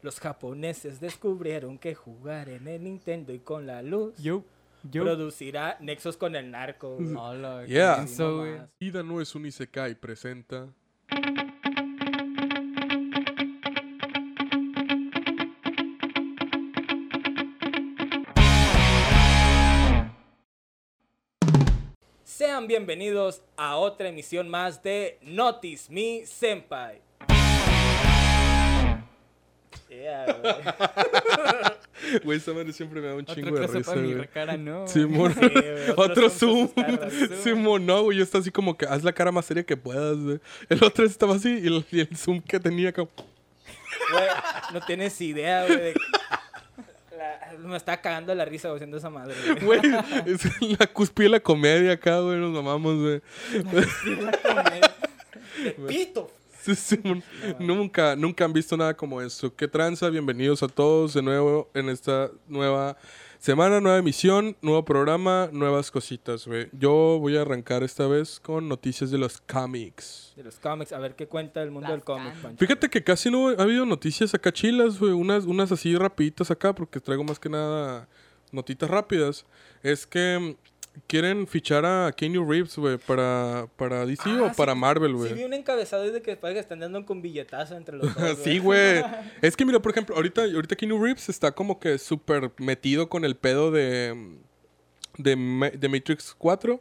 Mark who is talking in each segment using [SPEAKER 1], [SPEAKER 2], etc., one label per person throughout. [SPEAKER 1] Los japoneses descubrieron que jugar en el Nintendo y con la luz
[SPEAKER 2] Yo, yo.
[SPEAKER 1] producirá nexos con el narco. güey.
[SPEAKER 2] Hola,
[SPEAKER 3] Yeah.
[SPEAKER 2] qué denso, güey.
[SPEAKER 1] Nomás.
[SPEAKER 3] Ida no es un Isekai presenta.
[SPEAKER 1] Sean bienvenidos a otra emisión más de Notice Me Senpai. Yeah, güey.
[SPEAKER 3] Güey, esa madre siempre me da un
[SPEAKER 2] Otra
[SPEAKER 3] chingo de
[SPEAKER 2] clase
[SPEAKER 3] risa,
[SPEAKER 2] para mi
[SPEAKER 3] güey.
[SPEAKER 2] recara, no.
[SPEAKER 3] Simón,
[SPEAKER 1] Sí, güey, otro
[SPEAKER 3] otro
[SPEAKER 1] zoom
[SPEAKER 3] zoom.
[SPEAKER 1] que se está dando.
[SPEAKER 3] Simón, no, güey. Yo está así como que haz la cara más seria que puedas, güey. El otro estaba así y el, y el zoom que tenía como.
[SPEAKER 1] Güey, no tienes idea, güey. de- La- Me está cagando la risa güey, haciendo esa madre. güey.
[SPEAKER 3] Güey, es la cúspide de la comedia acá, güey. Nos mamamos, güey.
[SPEAKER 1] Pito.
[SPEAKER 3] Sí, sí, mon- nunca, nunca han visto nada como eso. Qué tranza, bienvenidos a todos de nuevo en esta nueva semana, nueva emisión, nuevo programa, nuevas cositas, güey. Yo voy a arrancar esta vez con noticias de los cómics.
[SPEAKER 1] De los cómics, a ver qué cuenta el mundo
[SPEAKER 2] Las
[SPEAKER 1] del cómic,
[SPEAKER 2] can-
[SPEAKER 1] Pancho.
[SPEAKER 3] Fíjate que casi no ha habido noticias acá chilas, güey. Unas, unas así rapiditas acá, porque traigo más que nada notitas rápidas. Es que mm, quieren fichar a Keanu Reeves, güey, para, para DC
[SPEAKER 1] Ah,
[SPEAKER 3] o
[SPEAKER 1] sí,
[SPEAKER 3] para Marvel, güey.
[SPEAKER 1] Sí vi un encabezado ahí de que parece que están dando con billetazo entre los dos.
[SPEAKER 3] sí, güey. Es que mira, por ejemplo, ahorita, ahorita Keanu Reeves está como que súper metido con el pedo de, de, Ma- de Matrix 4.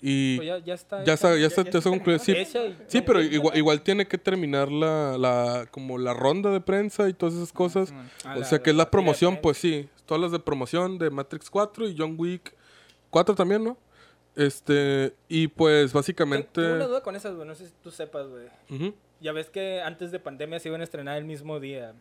[SPEAKER 3] Y
[SPEAKER 1] Pues ya, ya está.
[SPEAKER 3] ya
[SPEAKER 1] hecha,
[SPEAKER 3] está, ya está, ya está concluido. Sí,
[SPEAKER 1] hecha y-
[SPEAKER 3] sí pero igual, igual tiene que terminar la, la, como la ronda de prensa y todas esas cosas.
[SPEAKER 2] Simón.
[SPEAKER 1] Ah,
[SPEAKER 3] O sea que es la
[SPEAKER 1] tira
[SPEAKER 3] promoción,
[SPEAKER 1] prensa.
[SPEAKER 3] pues sí. Todas las de promoción de Matrix 4 y John Wick 4 también, ¿no? Este, y pues
[SPEAKER 1] Ten-
[SPEAKER 3] básicamente...
[SPEAKER 1] Tengo una duda con esas, güey. No sé si tú sepas, güey.
[SPEAKER 3] Ujú.
[SPEAKER 1] Ya ves que antes de pandemia se iban a estrenar el mismo día.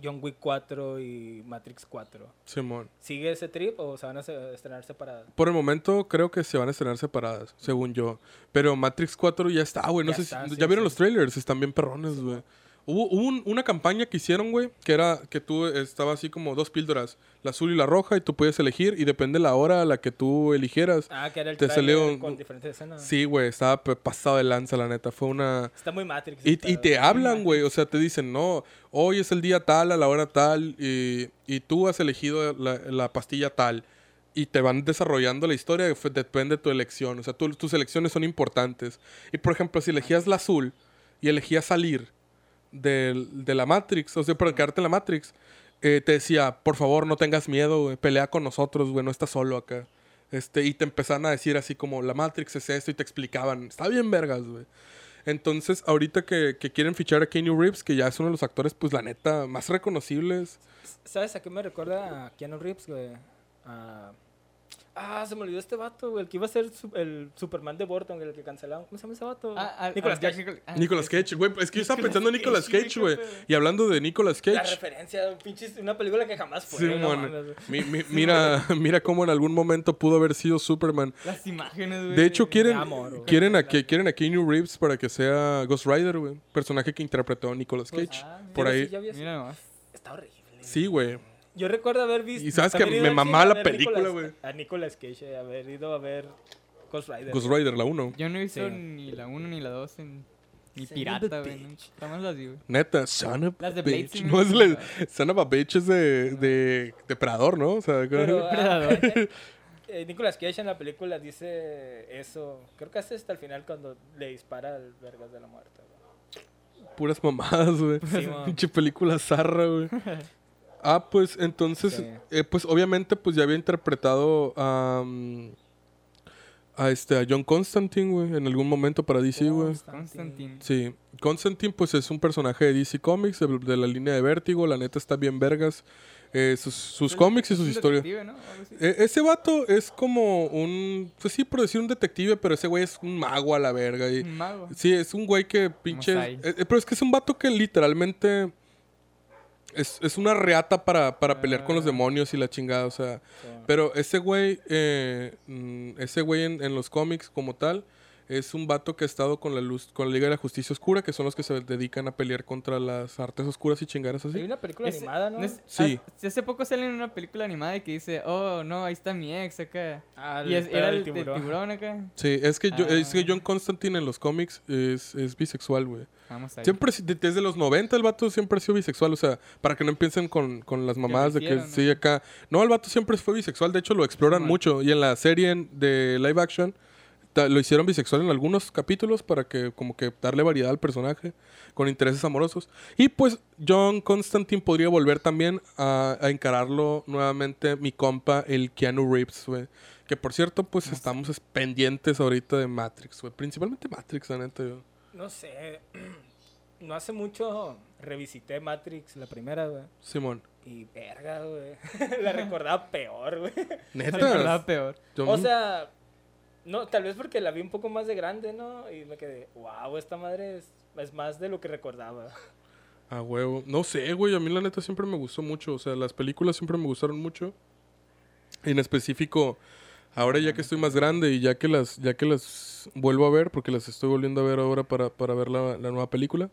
[SPEAKER 1] John Wick 4 y Matrix 4.
[SPEAKER 3] Simón.
[SPEAKER 1] ¿Sigue ese trip o se van a se- estrenar separadas?
[SPEAKER 3] Por el momento creo que se van a estrenar separadas, según yo. Pero Matrix 4 ya está, güey. No
[SPEAKER 1] Ya
[SPEAKER 3] sé
[SPEAKER 1] está,
[SPEAKER 3] si,
[SPEAKER 1] sí,
[SPEAKER 3] ya vieron
[SPEAKER 1] sí.
[SPEAKER 3] los trailers, están bien perrones, güey. Hubo, hubo un- una campaña que hicieron, güey, que era que tú estaba así como dos píldoras, la azul y la roja, y tú podías elegir, y depende la hora a la que tú eligieras.
[SPEAKER 1] Ah, que era el
[SPEAKER 3] Te
[SPEAKER 1] tráiler
[SPEAKER 3] salió un-
[SPEAKER 1] con diferentes escenas.
[SPEAKER 3] Sí, güey, estaba pe- pasado de lanza, la neta. Fue una...
[SPEAKER 1] Está muy Matrix.
[SPEAKER 3] Y,
[SPEAKER 1] está-
[SPEAKER 3] y te hablan, güey. O sea, te dicen, no, hoy es el día tal, a la hora tal, y, y tú has elegido la, la pastilla tal. Y te van desarrollando la historia, f- depende de tu elección. O sea, tu- tus elecciones son importantes. Y por ejemplo, si elegías la azul y elegías salir del- de la Matrix, o sea, para quedarte en la Matrix, eh, te decía, por favor, no tengas miedo, güey, pelea con nosotros, güey, no estás solo acá. Este, y te empezaban a decir así como, la Matrix es esto, y te explicaban, está bien vergas, güey. Entonces, ahorita que, que quieren fichar a Keanu Reeves, que ya es uno de los actores, pues la neta, más reconocibles.
[SPEAKER 1] Pues, ¿Sabes a qué me recuerda a Keanu Reeves, güey? A- Ah, se me olvidó este vato, güey. El que iba a ser su- el Superman de Borton, el que cancelaron. ¿Cómo se llama ese vato?
[SPEAKER 2] Ah, ah,
[SPEAKER 1] Nicolas
[SPEAKER 2] ah,
[SPEAKER 1] Cage.
[SPEAKER 2] Jack Nicol- ah,
[SPEAKER 3] Nicolas Cage, güey, es que yo estaba pensando en Nicolas
[SPEAKER 2] Cage,
[SPEAKER 3] Cage,
[SPEAKER 2] güey,
[SPEAKER 3] güey. Y hablando de Nicolas
[SPEAKER 1] La
[SPEAKER 3] Cage,
[SPEAKER 1] referencia, un pinche- una película que jamás fue.
[SPEAKER 3] sí,
[SPEAKER 1] no
[SPEAKER 3] mon.
[SPEAKER 1] mames, güey.
[SPEAKER 3] Mi- mi- mira, mira cómo en algún momento pudo haber sido Superman.
[SPEAKER 2] Las imágenes, güey.
[SPEAKER 3] De hecho, quieren,
[SPEAKER 1] amor, güey.
[SPEAKER 3] quieren, a, que- quieren a Keanu Reeves para que sea Ghost Rider, güey. Personaje que interpretó Nicolas
[SPEAKER 1] Pues,
[SPEAKER 3] Cage.
[SPEAKER 2] ah, mira,
[SPEAKER 3] Por
[SPEAKER 1] Pero sí,
[SPEAKER 3] ahí.
[SPEAKER 1] ya vi eso.
[SPEAKER 2] Mira nomás.
[SPEAKER 1] Está horrible.
[SPEAKER 3] Sí, güey.
[SPEAKER 1] Yo recuerdo haber visto.
[SPEAKER 3] Y sabes que
[SPEAKER 1] haber ido
[SPEAKER 3] me
[SPEAKER 1] al
[SPEAKER 3] mamá
[SPEAKER 1] cine a
[SPEAKER 3] la
[SPEAKER 1] ver
[SPEAKER 3] película,
[SPEAKER 1] Nicolas-
[SPEAKER 3] güey.
[SPEAKER 1] A Nicolas Cage, eh, haber ido a ver Ghost Rider.
[SPEAKER 3] Ghost Rider, la 1.
[SPEAKER 2] Yo no he visto
[SPEAKER 1] Sí.
[SPEAKER 2] ni la 1 ni la 2 en... Ni
[SPEAKER 1] Son
[SPEAKER 2] pirata,
[SPEAKER 1] of a
[SPEAKER 2] güey.
[SPEAKER 1] bitch.
[SPEAKER 2] nunca. Nada más las digo.
[SPEAKER 3] Neta, son of
[SPEAKER 2] Las
[SPEAKER 3] a
[SPEAKER 2] de Blade
[SPEAKER 3] bitch.
[SPEAKER 2] sí me
[SPEAKER 3] No es la,
[SPEAKER 2] gustan.
[SPEAKER 3] son of a bitch es de, de depredador, ¿no? O sea,
[SPEAKER 1] Pero, ah,
[SPEAKER 2] Predador.
[SPEAKER 1] eh, eh, Nicolas Cage en la película dice eso. Creo que hace hasta el final cuando le dispara al Vergas de la Muerte. güey.
[SPEAKER 3] Puras mamadas, güey.
[SPEAKER 1] Sí, mo.
[SPEAKER 3] Pinche película zarra, güey. Ah, pues entonces,
[SPEAKER 1] Sí.
[SPEAKER 3] eh, pues obviamente, pues ya había interpretado am, a este a John Constantine, güey, en algún momento para
[SPEAKER 1] Oh,
[SPEAKER 3] DC, güey.
[SPEAKER 2] Constantine.
[SPEAKER 3] Sí, Constantine pues es un personaje de DC Comics, de, de la línea de Vértigo, la neta está bien vergas, eh, sus, sus cómics y sus
[SPEAKER 2] Pues, Un
[SPEAKER 3] historias.
[SPEAKER 2] detective, ¿no? Algo así.
[SPEAKER 3] E- ese vato es como un, pues sí, por decir un detective, pero ese güey es un mago a la verga. Y,
[SPEAKER 2] Un mago.
[SPEAKER 3] Eh, Sí, es un güey que pinche.
[SPEAKER 2] Masai.
[SPEAKER 3] eh, eh, pero es que es un vato que literalmente. Es, es una reata para, para pelear con los
[SPEAKER 2] Ah.
[SPEAKER 3] demonios y la chingada, o sea.
[SPEAKER 1] Sí.
[SPEAKER 3] Pero ese güey. eh, mm, ese güey en, en los cómics como tal. es un vato que ha estado con la luz, con la Liga de la Justicia Oscura, que son los que se dedican a pelear contra las artes oscuras y chingaras
[SPEAKER 1] Hay
[SPEAKER 3] así.
[SPEAKER 1] una película
[SPEAKER 2] Ese-
[SPEAKER 1] animada, ¿no?
[SPEAKER 2] no es-
[SPEAKER 3] Sí.
[SPEAKER 2] hace- Hace poco sale en una película animada y que dice, oh, no, ahí está mi ex acá.
[SPEAKER 1] Ah,
[SPEAKER 2] y
[SPEAKER 1] la
[SPEAKER 2] es-
[SPEAKER 1] espada
[SPEAKER 2] era
[SPEAKER 1] del
[SPEAKER 2] el de tiburón. acá.
[SPEAKER 3] Sí, es que, yo- es que
[SPEAKER 2] Ah.
[SPEAKER 3] John Constantine en los cómics es, es bisexual, güey.
[SPEAKER 2] Vamos a
[SPEAKER 3] Siempre, ha si- desde los 90 el vato siempre ha sido bisexual, o sea, para que no empiecen con, con las mamadas de que
[SPEAKER 2] hicieron, ¿no?
[SPEAKER 3] sí acá. No, el vato siempre fue bisexual, de hecho lo exploran
[SPEAKER 2] Mal.
[SPEAKER 3] mucho y en la serie en- de live action ta- lo hicieron bisexual en algunos capítulos para que como que darle variedad al personaje con intereses amorosos. Y pues John Constantine podría volver también a, a encararlo nuevamente mi compa el Keanu Reeves, güey. Que por cierto, pues estamos es- pendientes ahorita de Matrix, güey. Principalmente Matrix, la neta, yo.
[SPEAKER 1] No sé. No hace mucho revisité Matrix, la primera, güey.
[SPEAKER 3] Simón.
[SPEAKER 1] Y verga, güey. la recordaba peor, güey.
[SPEAKER 3] Neta.
[SPEAKER 2] Nada peor.
[SPEAKER 3] Yo
[SPEAKER 1] O
[SPEAKER 3] no-
[SPEAKER 1] sea, no, tal vez porque la vi un poco más de grande, ¿no? Y me quedé, wow, esta madre es, es más de lo que recordaba.
[SPEAKER 3] A huevo. No sé, güey. A mí la neta siempre me gustó mucho. O sea, las películas siempre me gustaron mucho. En específico, ahora ya que estoy más grande y ya que las, ya que las vuelvo a ver, porque las estoy volviendo a ver ahora para, para ver la, la nueva película.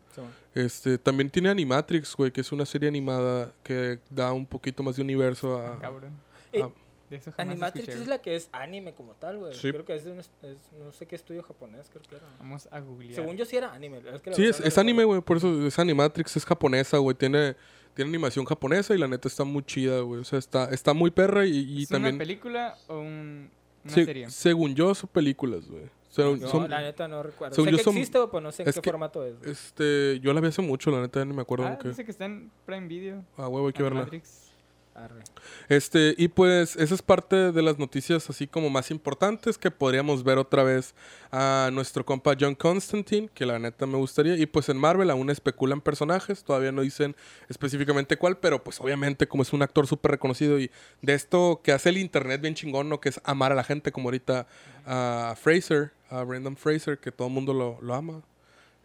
[SPEAKER 3] Este, también tiene Animatrix, güey, que es una serie animada que da un poquito más de universo a.
[SPEAKER 2] Ah, Cabrón.
[SPEAKER 1] Eh,
[SPEAKER 3] a-
[SPEAKER 2] De eso jamás
[SPEAKER 1] Animatrix
[SPEAKER 2] escuché.
[SPEAKER 1] es la que es anime como tal, güey.
[SPEAKER 3] Sí.
[SPEAKER 1] Creo que es de un, es- es- no sé qué estudio japonés, creo que era.
[SPEAKER 2] Vamos a googlear.
[SPEAKER 1] Según yo sí era anime. es que la verdad
[SPEAKER 3] Sí, es,
[SPEAKER 1] no
[SPEAKER 3] es
[SPEAKER 1] recuerdo.
[SPEAKER 3] anime, güey. Por eso es Animatrix, es japonesa, güey. Tiene, tiene animación japonesa y la neta está muy chida, güey. O sea, está, está muy perra y, y
[SPEAKER 2] ¿Es
[SPEAKER 3] también.
[SPEAKER 2] una película o un, una
[SPEAKER 3] Se-
[SPEAKER 2] serie?
[SPEAKER 3] Según yo, son películas, güey. O sea,
[SPEAKER 1] No,
[SPEAKER 3] son-
[SPEAKER 1] la neta no recuerdo.
[SPEAKER 3] según
[SPEAKER 1] sé
[SPEAKER 3] yo
[SPEAKER 1] que
[SPEAKER 3] son-
[SPEAKER 1] existe, pero no sé en
[SPEAKER 3] es
[SPEAKER 1] qué
[SPEAKER 3] que-
[SPEAKER 1] formato es. güey.
[SPEAKER 3] este, yo la vi hace mucho, la neta, ya ni me acuerdo.
[SPEAKER 2] Ah,
[SPEAKER 3] en qué.
[SPEAKER 2] dice que está en Prime Video.
[SPEAKER 3] Ah, huevo, hay que verla.
[SPEAKER 2] Animatrix.
[SPEAKER 1] Arre.
[SPEAKER 3] Este, y pues, esa es parte de las noticias así como más importantes que podríamos ver otra vez a nuestro compa John Constantine, que la neta me gustaría. Y pues en Marvel aún especulan personajes, todavía no dicen específicamente cuál, pero pues obviamente como es un actor súper reconocido y de esto que hace el internet bien chingón, ¿no? Que es amar a la gente, como ahorita a Fraser, a Brendan Fraser, que todo el mundo lo, lo ama.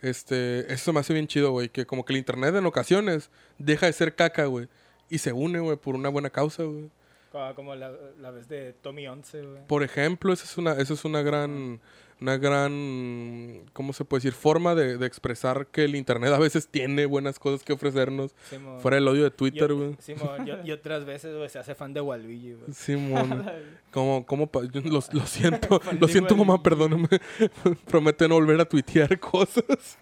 [SPEAKER 3] Este, eso me hace bien chido, güey, que como que el internet en ocasiones deja de ser caca, güey. Y se une, güey, por una buena causa, güey.
[SPEAKER 1] Como, como la, la vez de Tommy 11, güey.
[SPEAKER 3] Por ejemplo, esa es una, esa es una gran, una gran, ¿cómo se puede decir? Forma de, de expresar que el Internet a veces tiene buenas cosas que ofrecernos.
[SPEAKER 1] Simón.
[SPEAKER 3] Fuera el odio de
[SPEAKER 1] Y-
[SPEAKER 3] Twitter, güey.
[SPEAKER 1] Simón, y, y otras veces, güey, se hace fan de Waluigi, güey.
[SPEAKER 3] Simón. Como, como, pa- yo lo, lo siento, lo siento
[SPEAKER 2] igual.
[SPEAKER 3] mamá, perdóname. Prometo no volver a tuitear cosas.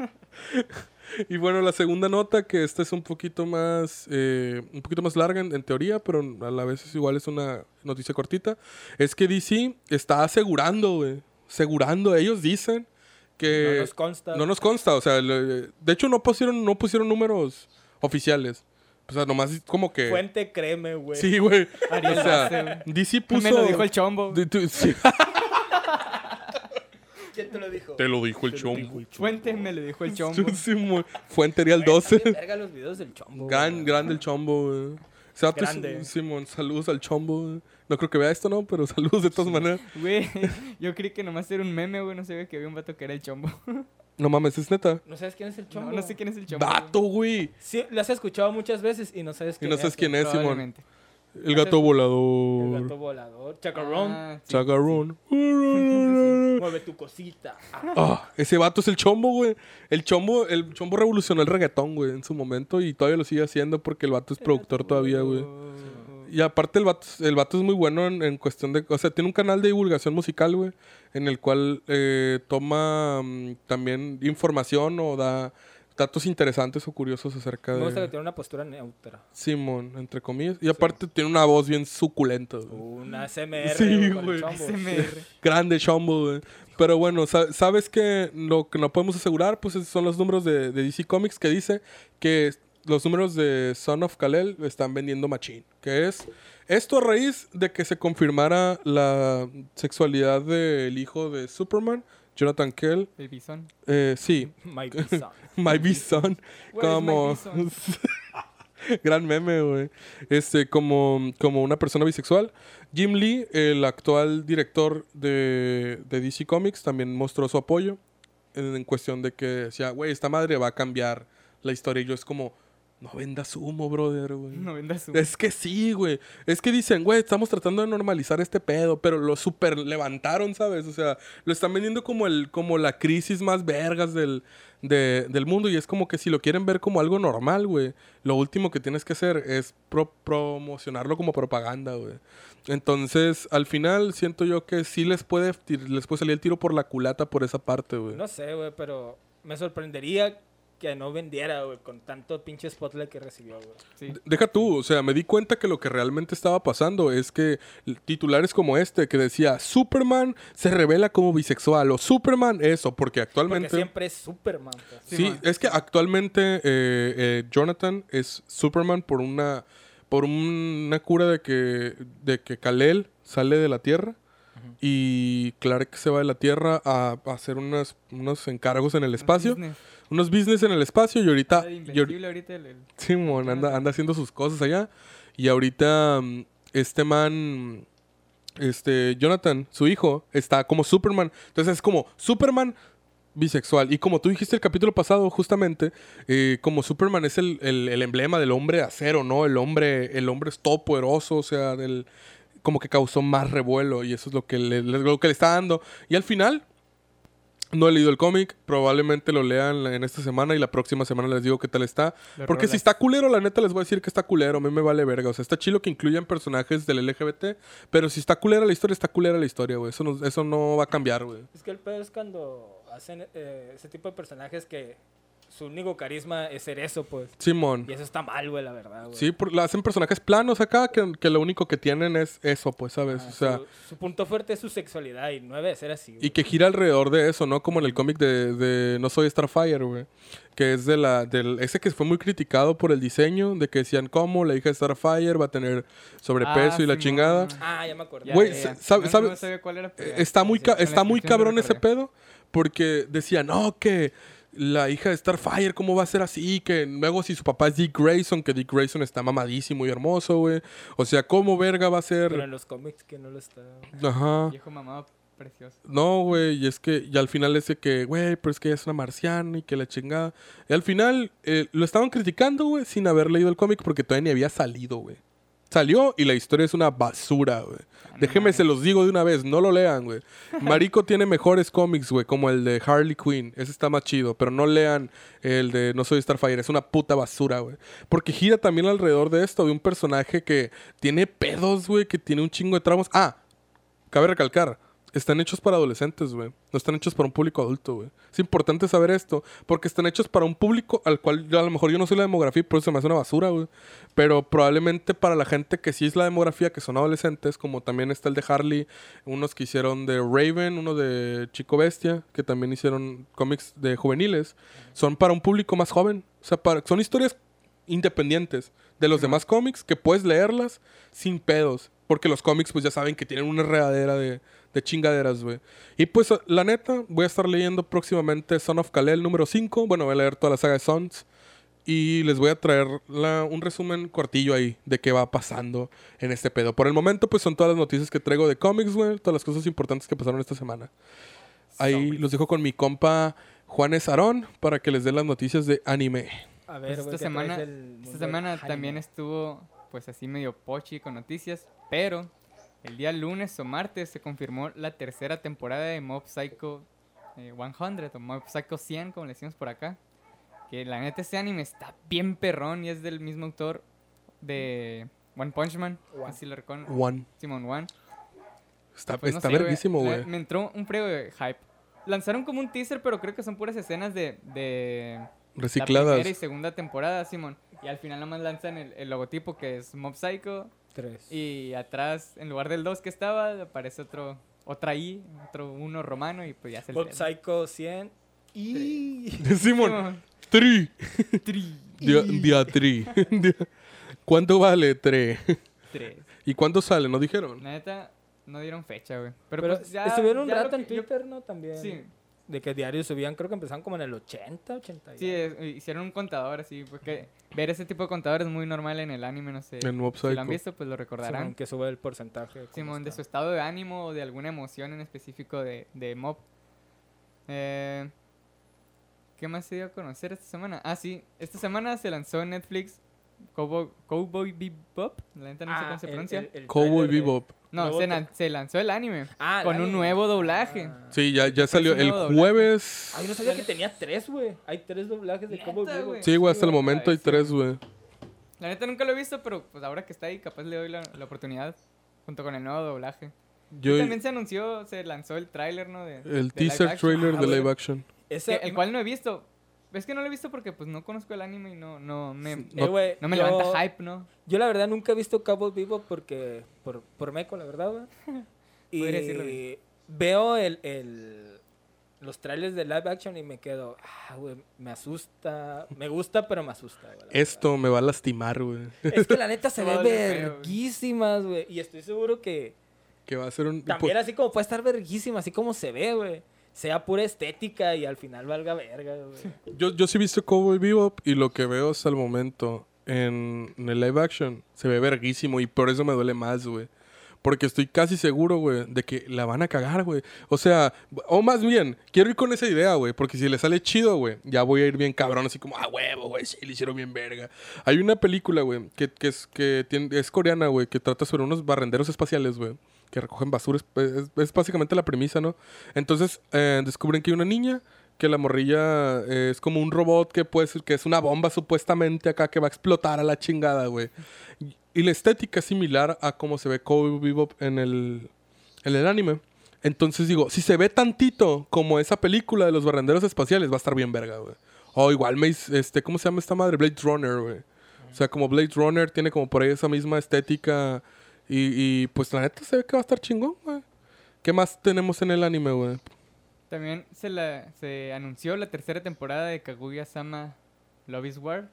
[SPEAKER 3] y bueno, la segunda nota, que esta es un poquito más, eh, un poquito más larga en, en teoría, pero a la vez es igual es una noticia cortita, es que DC está asegurando, güey, asegurando, ellos dicen que...
[SPEAKER 1] no nos consta.
[SPEAKER 3] No nos consta, o sea, le- de hecho no pusieron, no pusieron números oficiales. O sea, nomás como que...
[SPEAKER 1] Fuente, créeme, güey.
[SPEAKER 3] Sí, güey.
[SPEAKER 2] Ariel
[SPEAKER 3] O sea,
[SPEAKER 2] Arce,
[SPEAKER 3] DC
[SPEAKER 2] güey.
[SPEAKER 3] puso...
[SPEAKER 2] Me lo dijo el chombo.
[SPEAKER 3] De- tú- sí.
[SPEAKER 1] ¿Quién te lo dijo?
[SPEAKER 3] Te lo dijo el chombo.
[SPEAKER 2] Fuente me lo dijo el chombo.
[SPEAKER 3] Sí, muy- Fuente Real
[SPEAKER 1] Güey, está
[SPEAKER 3] 12.
[SPEAKER 1] bien verga los videos del chombo.
[SPEAKER 3] Gran,
[SPEAKER 1] güey.
[SPEAKER 3] grande el chombo, güey. O sea, tú-
[SPEAKER 1] Grande.
[SPEAKER 3] Simón, saludos al chombo. güey. No creo que vea esto, ¿no? Pero saludos de todas maneras.
[SPEAKER 2] Güey, yo creí que nomás era un meme, güey. No sabía que había un vato que era el chombo.
[SPEAKER 3] No mames, es neta.
[SPEAKER 1] ¿No sabes quién es el chombo?
[SPEAKER 2] No, no sé quién es el chombo. güey.
[SPEAKER 3] Vato, güey.
[SPEAKER 1] Sí, lo has escuchado muchas veces y no sabes
[SPEAKER 3] Y
[SPEAKER 1] quién
[SPEAKER 3] no sabes quién es, Simón.
[SPEAKER 2] Probablemente.
[SPEAKER 3] El gato
[SPEAKER 1] El gato
[SPEAKER 3] volador.
[SPEAKER 1] volador. Chacarrón.
[SPEAKER 2] Ah, sí.
[SPEAKER 3] Chagarón.
[SPEAKER 1] Mueve tu cosita. Ah,
[SPEAKER 3] Ah, ese vato es el chombo, güey. El chombo, el chombo revolucionó el reggaetón, güey, en su momento. Y todavía lo sigue haciendo porque el vato es productor todavía, güey. Y aparte el vato, el vato es muy bueno en, en cuestión de... O sea, tiene un canal de divulgación musical, güey, en el cual eh, toma mm, también información o da datos interesantes o curiosos acerca
[SPEAKER 1] me gusta que
[SPEAKER 3] de
[SPEAKER 1] tiene una postura neutra.
[SPEAKER 3] Simón, entre comillas. Y aparte tiene una voz bien suculenta, güey.
[SPEAKER 1] Una SMR.
[SPEAKER 3] Sí,
[SPEAKER 1] con el
[SPEAKER 3] güey.
[SPEAKER 1] chombo.
[SPEAKER 2] SMR.
[SPEAKER 3] Grande chombo, güey. Pero bueno, sa- sabes que lo que no podemos asegurar, pues es- son los números de, de DC Comics que dice que los números de Son of Kalel están vendiendo machín. Que es esto a raíz de que se confirmara la sexualidad del hijo de Superman, Jonathan Kell.
[SPEAKER 2] El bisón.
[SPEAKER 3] Eh, sí,
[SPEAKER 1] My Bison.
[SPEAKER 3] My Bison.
[SPEAKER 2] Where is
[SPEAKER 3] Como.
[SPEAKER 2] my
[SPEAKER 3] Gran meme, güey. Este, como, como una persona bisexual. Jim Lee, el actual director de, de DC Comics, también mostró su apoyo en, en cuestión de que decía, güey, esta madre va a cambiar la historia. Y yo es como, No vendas humo, brother, güey.
[SPEAKER 2] No vendas humo.
[SPEAKER 3] Es que sí, güey. Es que dicen, güey, estamos tratando de normalizar este pedo, pero lo super levantaron, ¿sabes? O sea, lo están vendiendo como, el, como la crisis más vergas del, de- del mundo y es como que si lo quieren ver como algo normal, güey, lo último que tienes que hacer es pro- promocionarlo como propaganda, güey. Entonces, al final, siento yo que sí les puede, tir- les puede salir el tiro por la culata por esa parte, güey.
[SPEAKER 1] No sé, güey, pero me sorprendería que no vendiera, güey, con tanto pinche spotlight que recibió, güey.
[SPEAKER 2] Sí.
[SPEAKER 3] Deja tú, o sea, me di cuenta que lo que realmente estaba pasando es que l- titulares como este que decía Superman se revela como bisexual o Superman eso, porque
[SPEAKER 1] Porque
[SPEAKER 3] actualmente...
[SPEAKER 1] siempre es Superman, pues.
[SPEAKER 3] Sí,
[SPEAKER 2] Simón.
[SPEAKER 3] es que actualmente eh, eh, Jonathan es Superman por una por una cura de que de que Kal-El sale de la Tierra y Clark se va de la Tierra a, a hacer unas, unos encargos en el espacio,
[SPEAKER 2] Business.
[SPEAKER 3] unos business en el espacio y ahorita
[SPEAKER 2] Anda de
[SPEAKER 3] y ahori-
[SPEAKER 2] Invencible ahorita el- el-
[SPEAKER 3] Simón anda anda haciendo sus cosas allá y ahorita mm, este man este Jonathan, su hijo, está como Superman. Entonces es como Superman bisexual. Y como tú dijiste el capítulo pasado, justamente, eh, como Superman es el, el- el emblema del hombre de acero, ¿no? El hombre, el hombre es todo poderoso, o sea, del, como que causó más revuelo. Y eso es lo que le, le- lo que le está dando. Y al final, no he leído el cómic, probablemente lo lean la- en esta semana y la próxima semana les digo qué tal está.
[SPEAKER 2] Lo
[SPEAKER 3] Porque si
[SPEAKER 2] rolas.
[SPEAKER 3] está culero, la neta les voy a decir que está culero, a mí me vale verga. O sea, está chilo que incluyan personajes del LGBT, pero si está culera la historia, está culera la historia, güey. Eso no, eso no va a cambiar, güey.
[SPEAKER 1] Es que el pedo es cuando hacen eh, ese tipo de personajes que su único carisma es ser eso, pues.
[SPEAKER 3] Simón.
[SPEAKER 1] Y eso está mal, güey, la verdad, güey.
[SPEAKER 3] Sí, por- la hacen personajes planos acá que, que lo único que tienen es eso, pues, ¿sabes?
[SPEAKER 1] Ah,
[SPEAKER 3] o sea,
[SPEAKER 1] su, su punto fuerte es su sexualidad y no debe de ser así.
[SPEAKER 3] y
[SPEAKER 1] güey.
[SPEAKER 3] que gira alrededor de eso, ¿no? Como en el cómic de, de No Soy Starfire, güey. Que es de la, del, ese que fue muy criticado por el diseño, de que decían, ¿cómo la hija de Starfire va a tener sobrepeso
[SPEAKER 2] Ah,
[SPEAKER 3] y la
[SPEAKER 2] Simón.
[SPEAKER 3] chingada?
[SPEAKER 1] Ah, ya me acordé.
[SPEAKER 2] Ya,
[SPEAKER 3] Güey,
[SPEAKER 2] ya,
[SPEAKER 3] se-
[SPEAKER 2] ya.
[SPEAKER 3] sabe-
[SPEAKER 2] No-
[SPEAKER 3] sabe-
[SPEAKER 2] no sabía cuál era, pero
[SPEAKER 3] Eh,
[SPEAKER 2] ya.
[SPEAKER 3] Está muy,
[SPEAKER 2] Sí,
[SPEAKER 3] ca-
[SPEAKER 2] con la
[SPEAKER 3] está muy
[SPEAKER 2] descripción lo
[SPEAKER 3] cabrón ese
[SPEAKER 2] recordé.
[SPEAKER 3] pedo. Porque decía, no, que la hija de Starfire, ¿cómo va a ser así? Que luego si su papá es Dick Grayson, que Dick Grayson está mamadísimo y hermoso, güey. O sea, ¿cómo verga va a
[SPEAKER 1] Pero
[SPEAKER 3] ser?
[SPEAKER 1] en los cómics que no lo está.
[SPEAKER 3] Ajá.
[SPEAKER 2] Viejo mamado precioso.
[SPEAKER 3] No, güey, y es que, y al final ese que, güey, pero es que es una marciana y que la chingada. Y al final eh, lo estaban criticando, güey, sin haber leído el cómic porque todavía ni había salido, güey. Salió y la historia es una basura, güey.
[SPEAKER 2] Ah,
[SPEAKER 3] Déjenme, se los digo de una vez, no lo lean, güey. Marico tiene mejores cómics, güey, como el de Harley Quinn. Ese está más chido, pero no lean el de No Soy Starfire. Es una puta basura, güey. Porque gira también alrededor de esto, de un personaje que tiene pedos, güey, que tiene un chingo de tramos. Ah, cabe recalcar, están hechos para adolescentes, güey. No están hechos para un público adulto, güey. Es importante saber esto, porque están hechos para un público al cual yo, a lo mejor yo no soy la demografía, y por eso se me hace una basura, güey. Pero probablemente para la gente que sí es la demografía, que son adolescentes, como también está el de Harley, unos que hicieron de Raven, uno de Chico Bestia, que también hicieron cómics de juveniles, son para un público más joven. O sea, para- son historias independientes de los demás cómics que puedes leerlas sin pedos. Porque los cómics, pues ya saben que tienen una regadera de, de chingaderas, güey. Y pues, la neta, voy a estar leyendo próximamente Son of Kalel número 5. Bueno, voy a leer toda la saga de Sons. Y les voy a traer la- un resumen cortillo ahí de qué va pasando en este pedo. Por el momento, pues son todas las noticias que traigo de cómics, güey. Todas las cosas importantes que pasaron esta semana. Ahí los dejo con mi compa Juanes Aarón para que les dé las noticias de anime.
[SPEAKER 1] A ver,
[SPEAKER 2] Pues
[SPEAKER 1] güey,
[SPEAKER 2] esta
[SPEAKER 1] ¿qué traes
[SPEAKER 2] semana,
[SPEAKER 1] del mundo
[SPEAKER 2] esta semana
[SPEAKER 1] del
[SPEAKER 2] también
[SPEAKER 1] anime?
[SPEAKER 2] estuvo pues así medio pochi con noticias, pero el día lunes o martes se confirmó la tercera temporada de Mob Psycho eh, 100 o Mob Psycho 100 como le decimos por acá. Que la neta este anime está bien perrón y es del mismo autor de One Punch Man,
[SPEAKER 1] One.
[SPEAKER 2] así lo recuerdo,
[SPEAKER 3] One.
[SPEAKER 2] Simon One.
[SPEAKER 3] Está,
[SPEAKER 2] Pues no
[SPEAKER 3] está
[SPEAKER 2] sé, güey.
[SPEAKER 3] verguísimo,
[SPEAKER 2] La-
[SPEAKER 3] güey.
[SPEAKER 2] Me entró un frío de hype. Lanzaron como un teaser, pero creo que son puras escenas de- de la primera y
[SPEAKER 3] Recicladas.
[SPEAKER 2] segunda temporada, Simón. Y al final nada más lanzan el, el logotipo que es Mob Psycho.
[SPEAKER 1] Tres.
[SPEAKER 2] Y atrás, en lugar del 2 que estaba, aparece otro, otra I, otro uno romano y pues ya se
[SPEAKER 1] Pop Psycho 100 y.
[SPEAKER 3] Simón, tri. Dia, dia tri. Dia- ¿Cuánto vale tre?
[SPEAKER 2] 3.
[SPEAKER 3] ¿Y cuánto sale? ¿No dijeron?
[SPEAKER 2] La neta, no dieron fecha, güey. Pero,
[SPEAKER 1] Pero,
[SPEAKER 2] pues ya.
[SPEAKER 1] estuvieron un
[SPEAKER 2] ya lo
[SPEAKER 1] rato en
[SPEAKER 2] que yo-
[SPEAKER 1] Twitter, ¿no? También.
[SPEAKER 2] Sí,
[SPEAKER 1] De que diarios subían, creo que empezaron como en el 80, 80. y
[SPEAKER 2] sí, es- hicieron un contador así, porque ver ese tipo de contador es muy normal en el anime, no sé.
[SPEAKER 3] En Mob
[SPEAKER 2] Eh, si lo
[SPEAKER 3] Psycho.
[SPEAKER 2] han visto, pues lo recordarán.
[SPEAKER 1] Simón, que sube el porcentaje. como
[SPEAKER 2] Simón, de su
[SPEAKER 1] está.
[SPEAKER 2] estado de ánimo o de alguna emoción en específico de, de Mob. Eh, ¿Qué más se dio a conocer esta semana? Ah, sí, esta semana se lanzó en Netflix Cowboy, Cowboy Bebop. La neta no sé
[SPEAKER 1] Ah,
[SPEAKER 2] cómo se
[SPEAKER 1] el-
[SPEAKER 2] pronuncia.
[SPEAKER 1] el- el
[SPEAKER 3] Cowboy
[SPEAKER 1] tráiler de-
[SPEAKER 3] Bebop.
[SPEAKER 2] no,
[SPEAKER 1] nuevo
[SPEAKER 2] se,
[SPEAKER 1] que-
[SPEAKER 2] lan- se lanzó el anime
[SPEAKER 1] Ah, el
[SPEAKER 2] con un
[SPEAKER 1] anime.
[SPEAKER 2] nuevo doblaje.
[SPEAKER 1] Ah.
[SPEAKER 3] Sí, ya, ya salió el
[SPEAKER 2] nuevo doblaje.
[SPEAKER 3] jueves.
[SPEAKER 2] Ah,
[SPEAKER 1] Ay, yo no sabía que tenía tres, güey. Hay tres doblajes de
[SPEAKER 2] Neta,
[SPEAKER 1] Cowboy Bebop.
[SPEAKER 2] güey.
[SPEAKER 3] Sí, güey, hasta el
[SPEAKER 2] Sí,
[SPEAKER 3] momento hay
[SPEAKER 2] sí.
[SPEAKER 3] tres, güey.
[SPEAKER 2] La neta nunca lo he visto, pero pues ahora que está ahí, capaz le doy la, la oportunidad junto con el nuevo doblaje.
[SPEAKER 3] Yo,
[SPEAKER 2] Y también se anunció, se lanzó el tráiler, ¿no? De, de
[SPEAKER 3] el
[SPEAKER 2] live
[SPEAKER 3] teaser
[SPEAKER 2] action.
[SPEAKER 3] trailer
[SPEAKER 1] Ah,
[SPEAKER 3] de
[SPEAKER 1] güey.
[SPEAKER 3] live action.
[SPEAKER 1] Ese,
[SPEAKER 2] Que- el cual no he visto. Es que no lo he visto porque pues no conozco el anime y no, no me,
[SPEAKER 1] eh, güey,
[SPEAKER 2] no me
[SPEAKER 1] yo-
[SPEAKER 2] levanta hype, ¿no?
[SPEAKER 1] Yo la verdad nunca he visto Cowboy Bebop porque por, por Meco, la verdad, güey.
[SPEAKER 2] Podría decirlo
[SPEAKER 1] Y
[SPEAKER 2] bien.
[SPEAKER 1] veo el, el- los trailers de live action y me quedo, ah, güey, me asusta. Me gusta, pero me asusta, güey, la
[SPEAKER 3] Esto me va a lastimar, güey.
[SPEAKER 1] verdad. Es que la neta se
[SPEAKER 2] Me
[SPEAKER 1] ve
[SPEAKER 2] va a doler feo, güey.
[SPEAKER 1] verguísimas, güey. Y estoy seguro que
[SPEAKER 3] Que va a ser un...
[SPEAKER 1] también así como puede estar verguísima, así como se ve, güey. Sea pura estética y al final valga verga, güey.
[SPEAKER 3] Yo, yo sí he visto Cowboy Bebop y lo que veo hasta el momento en, en el live action se ve verguísimo y por eso me duele más, güey. Porque estoy casi seguro, güey, de que la van a cagar, güey. O sea, o más bien, quiero ir con esa idea, güey. Porque si le sale chido, güey, ya voy a ir bien cabrón, así como, ah, huevo, güey, sí, le hicieron bien verga. Hay una película, güey, que, que es, que tiene- es coreana, güey, que trata sobre unos barrenderos espaciales, güey, que recogen basura. Es, es- es básicamente la premisa, ¿no? Entonces, eh, descubren que hay una niña que la morrilla eh, es como un robot que puede ser- que es una bomba supuestamente acá que va a explotar a la chingada, güey. Y- Y la estética es similar a cómo se ve Cowboy Bebop en el, en el anime. Entonces digo, si se ve tantito como esa película de los barrenderos espaciales, va a estar bien verga, güey. O igual me hice- este, ¿cómo se llama esta madre? Blade Runner, güey. O sea, como Blade Runner tiene como por ahí esa misma estética. Y, y, pues la neta se ve que va a estar chingón, güey. ¿Qué más tenemos en el anime, güey?
[SPEAKER 2] También se, la, se anunció la tercera temporada de Kaguya-sama Love is War.